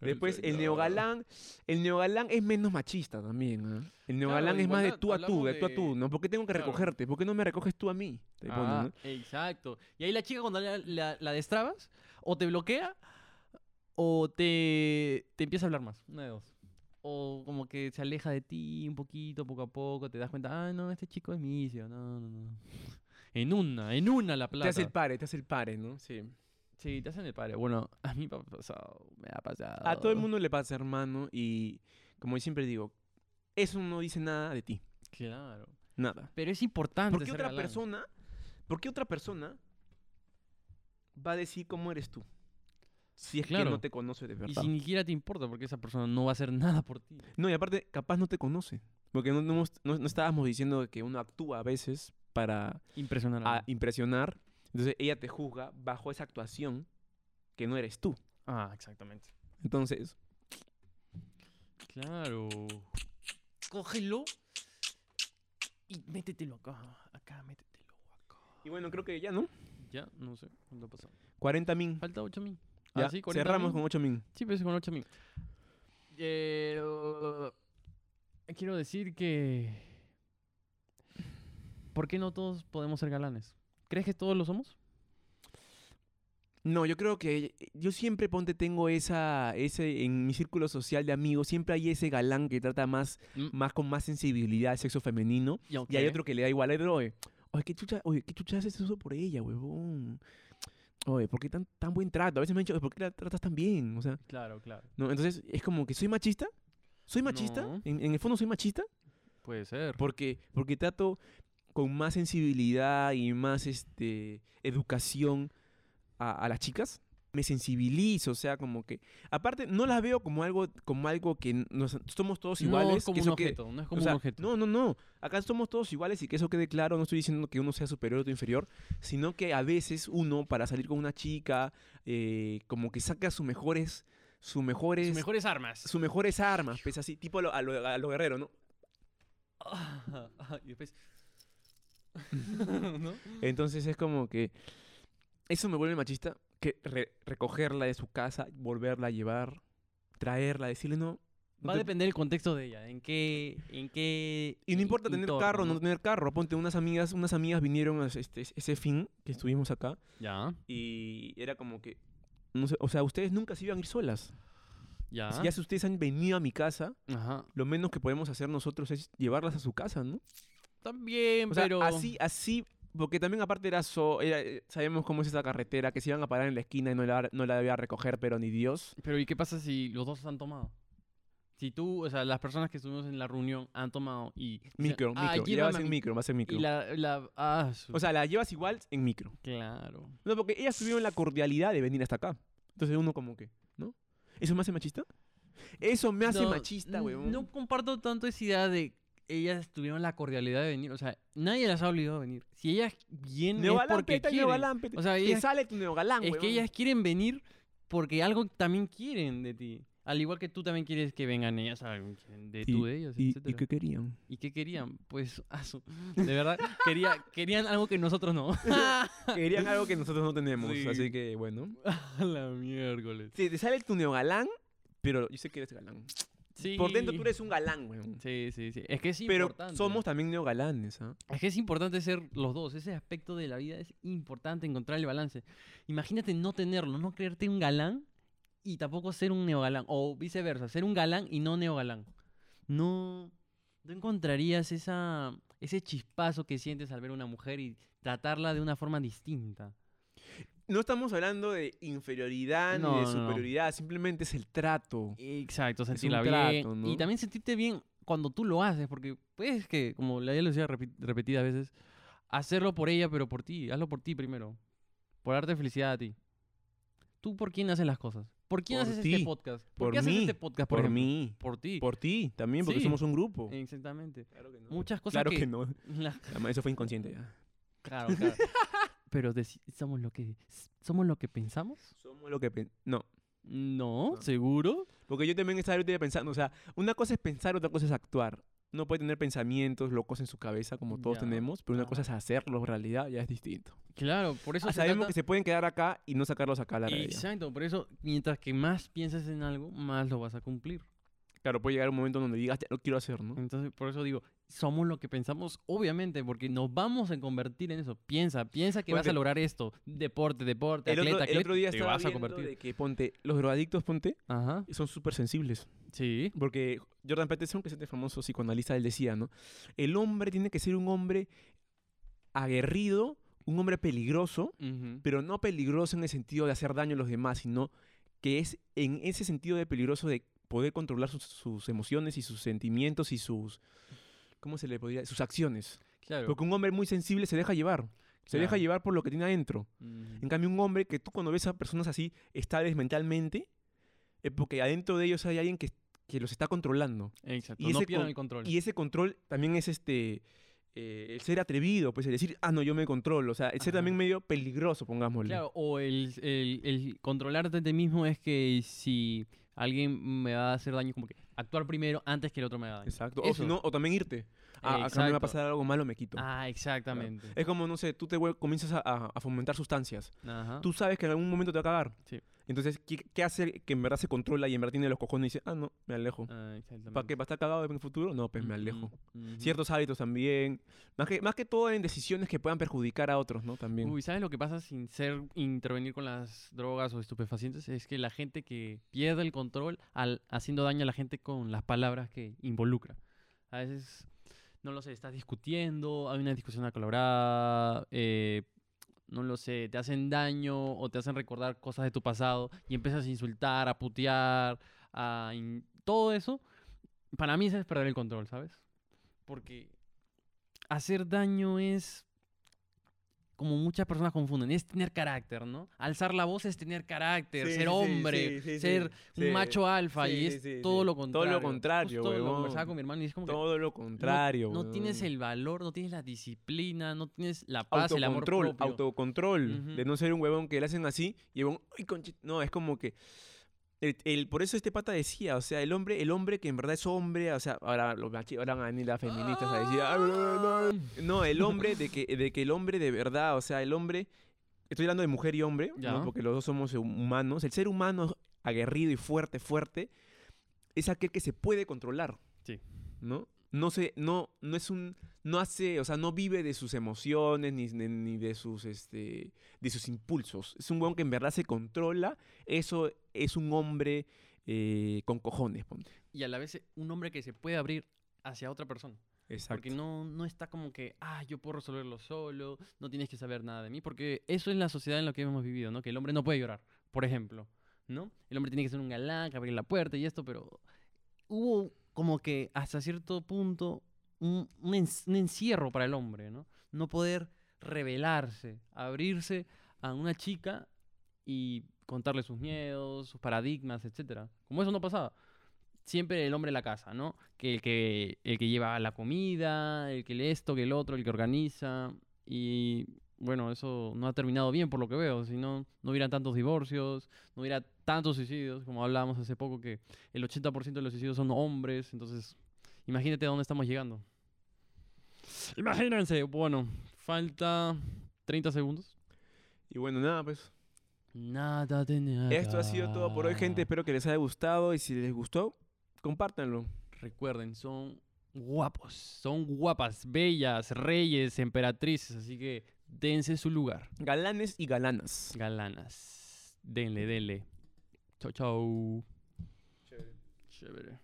[SPEAKER 1] El
[SPEAKER 2] Después, el
[SPEAKER 1] señor.
[SPEAKER 2] neogalán. El neogalán es menos machista también. ¿ah? El neogalán es
[SPEAKER 1] igual
[SPEAKER 2] más de
[SPEAKER 1] ha-
[SPEAKER 2] tú a tú,
[SPEAKER 1] hablamos
[SPEAKER 2] de tú a tú,
[SPEAKER 1] de-
[SPEAKER 2] ¿no? ¿Por qué tengo que
[SPEAKER 1] Claro.
[SPEAKER 2] recogerte? ¿Por qué no me recoges tú a mí? Te ponen,
[SPEAKER 1] Ah,
[SPEAKER 2] ¿no?
[SPEAKER 1] Exacto. Y ahí la chica cuando la, la, la destrabas, o te bloquea, o te, te empieza a hablar más. Una de dos. O como que se aleja de ti un poquito, poco a poco, te das cuenta, ah, no, este chico es mi vicio. No, no, no. En una, en una la plata.
[SPEAKER 2] Te hace el pare, te hace el pare, ¿no? Sí.
[SPEAKER 1] Sí, te hacen el padre. Bueno, a mí me ha pasado, me ha pasado.
[SPEAKER 2] A todo el mundo le pasa, hermano, y como yo siempre digo, eso no dice nada de ti,
[SPEAKER 1] Claro.
[SPEAKER 2] nada.
[SPEAKER 1] Pero es importante.
[SPEAKER 2] ¿Por qué
[SPEAKER 1] ser
[SPEAKER 2] otra
[SPEAKER 1] galán.
[SPEAKER 2] persona? ¿Por qué otra persona va a decir cómo eres tú? Si es que
[SPEAKER 1] Claro.
[SPEAKER 2] no te conoce de
[SPEAKER 1] Y
[SPEAKER 2] verdad.
[SPEAKER 1] si ni siquiera te importa, porque esa persona no va a hacer nada por ti.
[SPEAKER 2] No, y aparte, capaz no te conoce. Porque no, no hemos- no- no estábamos diciendo que uno actúa a veces para
[SPEAKER 1] Impresionar.
[SPEAKER 2] a impresionar. Entonces ella te juzga bajo esa actuación que no eres tú.
[SPEAKER 1] Ah, exactamente.
[SPEAKER 2] Entonces,
[SPEAKER 1] Claro. Cógelo y métetelo acá. Acá, métetelo acá.
[SPEAKER 2] y bueno, creo que ya, ¿no?
[SPEAKER 1] Ya, no sé cuánto pasó.
[SPEAKER 2] 40 min.
[SPEAKER 1] Falta 8 mil. Ah,
[SPEAKER 2] Ya, cerramos con 8 Ah, min.
[SPEAKER 1] Sí, pues con 8 mil. Eh, quiero decir que... ¿Por qué no todos podemos ser galanes? ¿Crees que todos lo somos?
[SPEAKER 2] No, yo creo que yo siempre ponte tengo esa ese en mi círculo social de amigos, siempre hay ese galán que trata más
[SPEAKER 1] Mm.
[SPEAKER 2] más con más sensibilidad al sexo femenino
[SPEAKER 1] Y,
[SPEAKER 2] y hay otro que le da igual, hay otro, oye, oye, qué chucha, oye, qué chucha haces eso por ella, huevón. Oye, ¿por qué tan, tan buen trato? A veces me han dicho, "Oye, ¿por qué la tratas tan bien? O sea,
[SPEAKER 1] Claro, claro.
[SPEAKER 2] no, entonces es como que soy machista. ¿Soy machista?
[SPEAKER 1] No.
[SPEAKER 2] ¿En, en el fondo soy machista?
[SPEAKER 1] Puede ser.
[SPEAKER 2] Porque, porque trato con más sensibilidad y más este, educación a, a las chicas. Me sensibilizo, o sea, como que... Aparte, no las veo como algo, como algo que nos- somos todos iguales.
[SPEAKER 1] no es como
[SPEAKER 2] que
[SPEAKER 1] un
[SPEAKER 2] eso quede-
[SPEAKER 1] objeto, no es como
[SPEAKER 2] o sea,
[SPEAKER 1] un objeto.
[SPEAKER 2] No, no, no. Acá somos todos iguales y que eso quede claro. No estoy diciendo que uno sea superior o otro inferior, sino que a veces uno, para salir con una chica, eh, como que saca sus mejores, sus mejores,
[SPEAKER 1] Sus mejores armas.
[SPEAKER 2] sus mejores armas, pues así, tipo a lo, a lo- a lo guerrero, ¿no?
[SPEAKER 1] y después... ¿No?
[SPEAKER 2] Entonces es como que eso me vuelve machista, que re- recogerla de su casa, volverla a llevar, traerla, decirle no. no
[SPEAKER 1] Va a
[SPEAKER 2] te-
[SPEAKER 1] depender el contexto de ella, en qué, en qué.
[SPEAKER 2] Y no importa
[SPEAKER 1] en-
[SPEAKER 2] tener
[SPEAKER 1] entorno,
[SPEAKER 2] carro, no tener carro. Ponte unas amigas, unas amigas vinieron a este- ese fin que estuvimos acá.
[SPEAKER 1] Ya,
[SPEAKER 2] Y era como que. no sé, o sea, ustedes nunca se iban a ir solas.
[SPEAKER 1] ya.
[SPEAKER 2] Si ya si ustedes han venido a mi casa,
[SPEAKER 1] Ajá.
[SPEAKER 2] lo menos que podemos hacer nosotros es llevarlas a su casa, ¿no?
[SPEAKER 1] También,
[SPEAKER 2] O sea,
[SPEAKER 1] pero.
[SPEAKER 2] así, así. Porque también aparte era, so, era, eh, sabemos cómo es esa carretera, que se iban a parar en la esquina y no la, no la iba a recoger, pero ni Dios.
[SPEAKER 1] Pero ¿y qué pasa si los dos han tomado? Si tú, o sea, las personas que estuvimos en la reunión han tomado y. dicen,
[SPEAKER 2] Micro,
[SPEAKER 1] "Ah,
[SPEAKER 2] micro.
[SPEAKER 1] llévame
[SPEAKER 2] Llevas
[SPEAKER 1] a
[SPEAKER 2] en
[SPEAKER 1] mi-".
[SPEAKER 2] micro, vas en micro.
[SPEAKER 1] Y la. la ah, su-
[SPEAKER 2] O sea, la llevas igual en micro.
[SPEAKER 1] claro.
[SPEAKER 2] No, porque ellas tuvieron la cordialidad de venir hasta acá. Entonces uno como que, ¿no? ¿Eso me hace machista? Eso me hace
[SPEAKER 1] No,
[SPEAKER 2] machista,
[SPEAKER 1] n-
[SPEAKER 2] huevón.
[SPEAKER 1] No comparto tanto esa idea de. Ellas tuvieron la cordialidad de venir. O sea, nadie las ha obligado a venir. Si ellas vienen es porque
[SPEAKER 2] Neogalán,
[SPEAKER 1] quieren.
[SPEAKER 2] pete.
[SPEAKER 1] O sea,
[SPEAKER 2] Que
[SPEAKER 1] ellas
[SPEAKER 2] sale tu neogalán,
[SPEAKER 1] Es que
[SPEAKER 2] huevón.
[SPEAKER 1] ellas quieren venir porque algo también quieren de ti. Al igual que tú también quieres que vengan ellas, algo quieren de tú, eh, de ellas,
[SPEAKER 2] ¿Y,
[SPEAKER 1] etcétera.
[SPEAKER 2] qué querían?
[SPEAKER 1] ¿Y qué querían? Pues, asu, de verdad, quería, querían algo que nosotros no.
[SPEAKER 2] Querían algo que nosotros no tenemos,
[SPEAKER 1] Sí.
[SPEAKER 2] así que bueno.
[SPEAKER 1] A la miércoles.
[SPEAKER 2] Sí, te sale tu neogalán, pero yo sé que eres galán.
[SPEAKER 1] Sí.
[SPEAKER 2] Por dentro tú eres un galán, weón.
[SPEAKER 1] Sí, sí, sí. Es que es
[SPEAKER 2] Pero
[SPEAKER 1] importante.
[SPEAKER 2] somos también neogalanes, ¿ah?
[SPEAKER 1] Es que es importante ser los dos. Ese aspecto de la vida es importante encontrar el balance. Imagínate no tenerlo, no creerte un galán y tampoco ser un neogalán. O viceversa, ser un galán y no neogalán. No, no encontrarías esa, ese chispazo que sientes al ver una mujer y tratarla de una forma distinta.
[SPEAKER 2] No estamos hablando de inferioridad
[SPEAKER 1] No,
[SPEAKER 2] ni de
[SPEAKER 1] no, no.
[SPEAKER 2] superioridad, simplemente es el trato.
[SPEAKER 1] Exacto,
[SPEAKER 2] un
[SPEAKER 1] sentirla
[SPEAKER 2] trato,
[SPEAKER 1] bien.
[SPEAKER 2] ¿no?
[SPEAKER 1] Y también sentirte bien cuando tú lo haces, porque puedes que, como la ya lo decía repi- repetidas veces, hacerlo por ella, pero por ti. Hazlo por ti primero. Por darte felicidad a ti. ¿Tú por quién haces las cosas? ¿Por quién
[SPEAKER 2] Por
[SPEAKER 1] haces
[SPEAKER 2] ti.
[SPEAKER 1] este podcast? ¿Por,
[SPEAKER 2] Por
[SPEAKER 1] qué haces
[SPEAKER 2] mí.
[SPEAKER 1] este podcast, por,
[SPEAKER 2] Por,
[SPEAKER 1] ejemplo?
[SPEAKER 2] mí.
[SPEAKER 1] Por ti.
[SPEAKER 2] Por ti también, porque
[SPEAKER 1] Sí.
[SPEAKER 2] somos un grupo.
[SPEAKER 1] Exactamente.
[SPEAKER 2] Claro que no.
[SPEAKER 1] Muchas cosas
[SPEAKER 2] Claro
[SPEAKER 1] que...
[SPEAKER 2] que, no.
[SPEAKER 1] las-
[SPEAKER 2] Eso fue inconsciente ya.
[SPEAKER 1] claro, claro. pero deci- somos lo que... ¿Somos lo que pensamos?
[SPEAKER 2] Somos lo que... pen- No.
[SPEAKER 1] No,
[SPEAKER 2] No.
[SPEAKER 1] seguro.
[SPEAKER 2] Porque yo también estaba ahorita pensando, o sea, una cosa es pensar, otra cosa es actuar. Uno puede tener pensamientos locos en su cabeza, como todos
[SPEAKER 1] Ya,
[SPEAKER 2] tenemos, pero una cosa es
[SPEAKER 1] ajá.
[SPEAKER 2] hacerlo realidad, ya es distinto.
[SPEAKER 1] Claro, por eso
[SPEAKER 2] Ah,
[SPEAKER 1] se
[SPEAKER 2] sabemos
[SPEAKER 1] trata-
[SPEAKER 2] que se pueden quedar acá y no sacarlos acá a la realidad.
[SPEAKER 1] Exacto, por eso, mientras que más pienses en algo, más lo vas a cumplir.
[SPEAKER 2] Claro, puede llegar un momento donde digas, ya lo quiero hacer, ¿no?
[SPEAKER 1] Entonces, por eso digo, somos lo que pensamos, obviamente, porque nos vamos a convertir en eso. Piensa, piensa que vas a
[SPEAKER 2] Ponte-
[SPEAKER 1] lograr esto. Deporte, deporte,
[SPEAKER 2] El
[SPEAKER 1] atleta,
[SPEAKER 2] otro, el
[SPEAKER 1] atleta,
[SPEAKER 2] otro día
[SPEAKER 1] te
[SPEAKER 2] estaba
[SPEAKER 1] vas a
[SPEAKER 2] viendo
[SPEAKER 1] convertir.
[SPEAKER 2] de que, ponte, los drogadictos, ponte,
[SPEAKER 1] Ajá,
[SPEAKER 2] son súper sensibles.
[SPEAKER 1] sí.
[SPEAKER 2] Porque Jordan Peterson, que es este famoso psicoanalista, él decía, ¿no? El hombre tiene que ser un hombre aguerrido, un hombre peligroso,
[SPEAKER 1] ujú.
[SPEAKER 2] pero no peligroso en el sentido de hacer daño a los demás, sino que es en ese sentido de peligroso de poder controlar sus, sus emociones y sus sentimientos y sus ¿cómo se le podría? sus acciones.
[SPEAKER 1] Claro.
[SPEAKER 2] Porque un hombre muy sensible se deja llevar, se deja
[SPEAKER 1] Claro.
[SPEAKER 2] llevar por lo que tiene adentro.
[SPEAKER 1] ujú.
[SPEAKER 2] En cambio un hombre que tú cuando ves a personas así estables mentalmente es porque adentro de ellos hay alguien que, que los está controlando.
[SPEAKER 1] Exacto,
[SPEAKER 2] y
[SPEAKER 1] no
[SPEAKER 2] ese
[SPEAKER 1] pierdan
[SPEAKER 2] con-
[SPEAKER 1] el control.
[SPEAKER 2] Y ese control también es este eh, el ser atrevido, pues el decir, ah, no, yo me controlo. O sea, el ser
[SPEAKER 1] Ajá.
[SPEAKER 2] también medio peligroso, pongámosle.
[SPEAKER 1] Claro, o el, el, el controlarte a ti mismo es que si alguien me va a hacer daño, como que actuar primero antes que el otro me haga daño.
[SPEAKER 2] Exacto. O, si
[SPEAKER 1] Eso.
[SPEAKER 2] no, o también irte. Ah, acá me va
[SPEAKER 1] Exacto.
[SPEAKER 2] a pasar algo malo, me quito.
[SPEAKER 1] Ah, exactamente.
[SPEAKER 2] Es como, no sé, tú te vuel- comienzas a, a- a fomentar sustancias.
[SPEAKER 1] Ajá.
[SPEAKER 2] Tú sabes que en algún momento te va a cagar.
[SPEAKER 1] Ah. Sí.
[SPEAKER 2] Entonces, ¿qué, qué hace que en verdad se controla y en verdad tiene los cojones y dice, ah, no, me alejo?
[SPEAKER 1] Ah,
[SPEAKER 2] ¿Para qué?
[SPEAKER 1] exactamente.
[SPEAKER 2] ¿Para estar cagado en el futuro? No, pues me
[SPEAKER 1] Ujú,
[SPEAKER 2] alejo.
[SPEAKER 1] ujú.
[SPEAKER 2] Ciertos hábitos también. Más que, más que todo en decisiones que puedan perjudicar a otros, ¿no? También.
[SPEAKER 1] Uy, ¿sabes lo que pasa sin ser intervenir con las drogas o estupefacientes? Es que la gente que pierde el control al haciendo daño a la gente con las palabras que involucra. A veces, no lo sé, estás discutiendo, hay una discusión acalorada, eh, no lo sé, te hacen daño o te hacen recordar cosas de tu pasado y empiezas a insultar, a putear, a in- todo eso para mí ese es perder el control, ¿sabes? Porque hacer daño es, como muchas personas confunden, es tener carácter, ¿no? Alzar la voz es tener carácter,
[SPEAKER 2] Sí, sí,
[SPEAKER 1] ser
[SPEAKER 2] sí,
[SPEAKER 1] hombre,
[SPEAKER 2] sí, sí,
[SPEAKER 1] ser
[SPEAKER 2] sí,
[SPEAKER 1] un
[SPEAKER 2] sí.
[SPEAKER 1] macho alfa,
[SPEAKER 2] Sí,
[SPEAKER 1] y es
[SPEAKER 2] sí, sí,
[SPEAKER 1] todo
[SPEAKER 2] sí.
[SPEAKER 1] lo
[SPEAKER 2] Todo
[SPEAKER 1] contrario.
[SPEAKER 2] lo contrario,
[SPEAKER 1] Justo lo
[SPEAKER 2] huevón.
[SPEAKER 1] conversaba con mi hermano y es como que
[SPEAKER 2] Todo lo contrario.
[SPEAKER 1] no, no tienes
[SPEAKER 2] huevón.
[SPEAKER 1] el valor, no tienes la disciplina, no tienes la paz, el amor
[SPEAKER 2] autocontrol,
[SPEAKER 1] propio.
[SPEAKER 2] autocontrol,
[SPEAKER 1] Ujú.
[SPEAKER 2] de no ser un huevón que le hacen así y el huevón, "Ay, conchi-". no, es como que el, el- por eso este pata decía, o sea, el hombre, el hombre que en verdad es hombre, o sea, ahora los machi- ahora van a venir las feministas a decir, "Ay, no, no, no". no, el hombre de que de que el hombre de verdad, o sea, el hombre estoy hablando de mujer y hombre, ¿no?
[SPEAKER 1] Ya.
[SPEAKER 2] porque los dos somos hum- humanos, el ser humano aguerrido y fuerte, fuerte es aquel que se puede controlar.
[SPEAKER 1] Sí.
[SPEAKER 2] ¿No? No se no no es un no hace, o sea, no vive de sus emociones ni, ni- ni de sus este de sus impulsos. Es un weón que en verdad se controla. Eso es un hombre eh, con cojones, ponte.
[SPEAKER 1] Y a la vez eh, un hombre que se puede abrir hacia otra persona.
[SPEAKER 2] Exacto.
[SPEAKER 1] Porque no, no está como que, ah, yo puedo resolverlo solo, no tienes que saber nada de mí. Porque eso es la sociedad en la que hemos vivido, ¿no? Que el hombre no puede llorar, por ejemplo, ¿no? El hombre tiene que ser un galán, que abrir la puerta y esto, pero hubo como que hasta cierto punto un, un en- un encierro para el hombre, ¿no? No poder revelarse, abrirse a una chica y contarle sus miedos, sus paradigmas, etcétera. Como eso no pasaba siempre el hombre de la casa, ¿no? Que el que el que lleva la comida, el que le esto, que el otro, el que organiza y bueno, eso no ha terminado bien por lo que veo, si no no hubieran tantos divorcios, no hubiera tantos suicidios, como hablábamos hace poco que el 80% de los suicidios son hombres, entonces imagínate a dónde estamos llegando. Imagínense, bueno, falta 30 segundos.
[SPEAKER 2] Y bueno, nada, pues.
[SPEAKER 1] Nada de nada.
[SPEAKER 2] Esto ha sido todo por hoy, gente. Espero que les haya gustado y si les gustó, compártanlo.
[SPEAKER 1] Recuerden, son guapos, son guapas, bellas, reyes, emperatrices, así que dense su lugar.
[SPEAKER 2] Galanes y galanas.
[SPEAKER 1] Galanas, denle, denle. Chau, chau. Chévere. Chévere.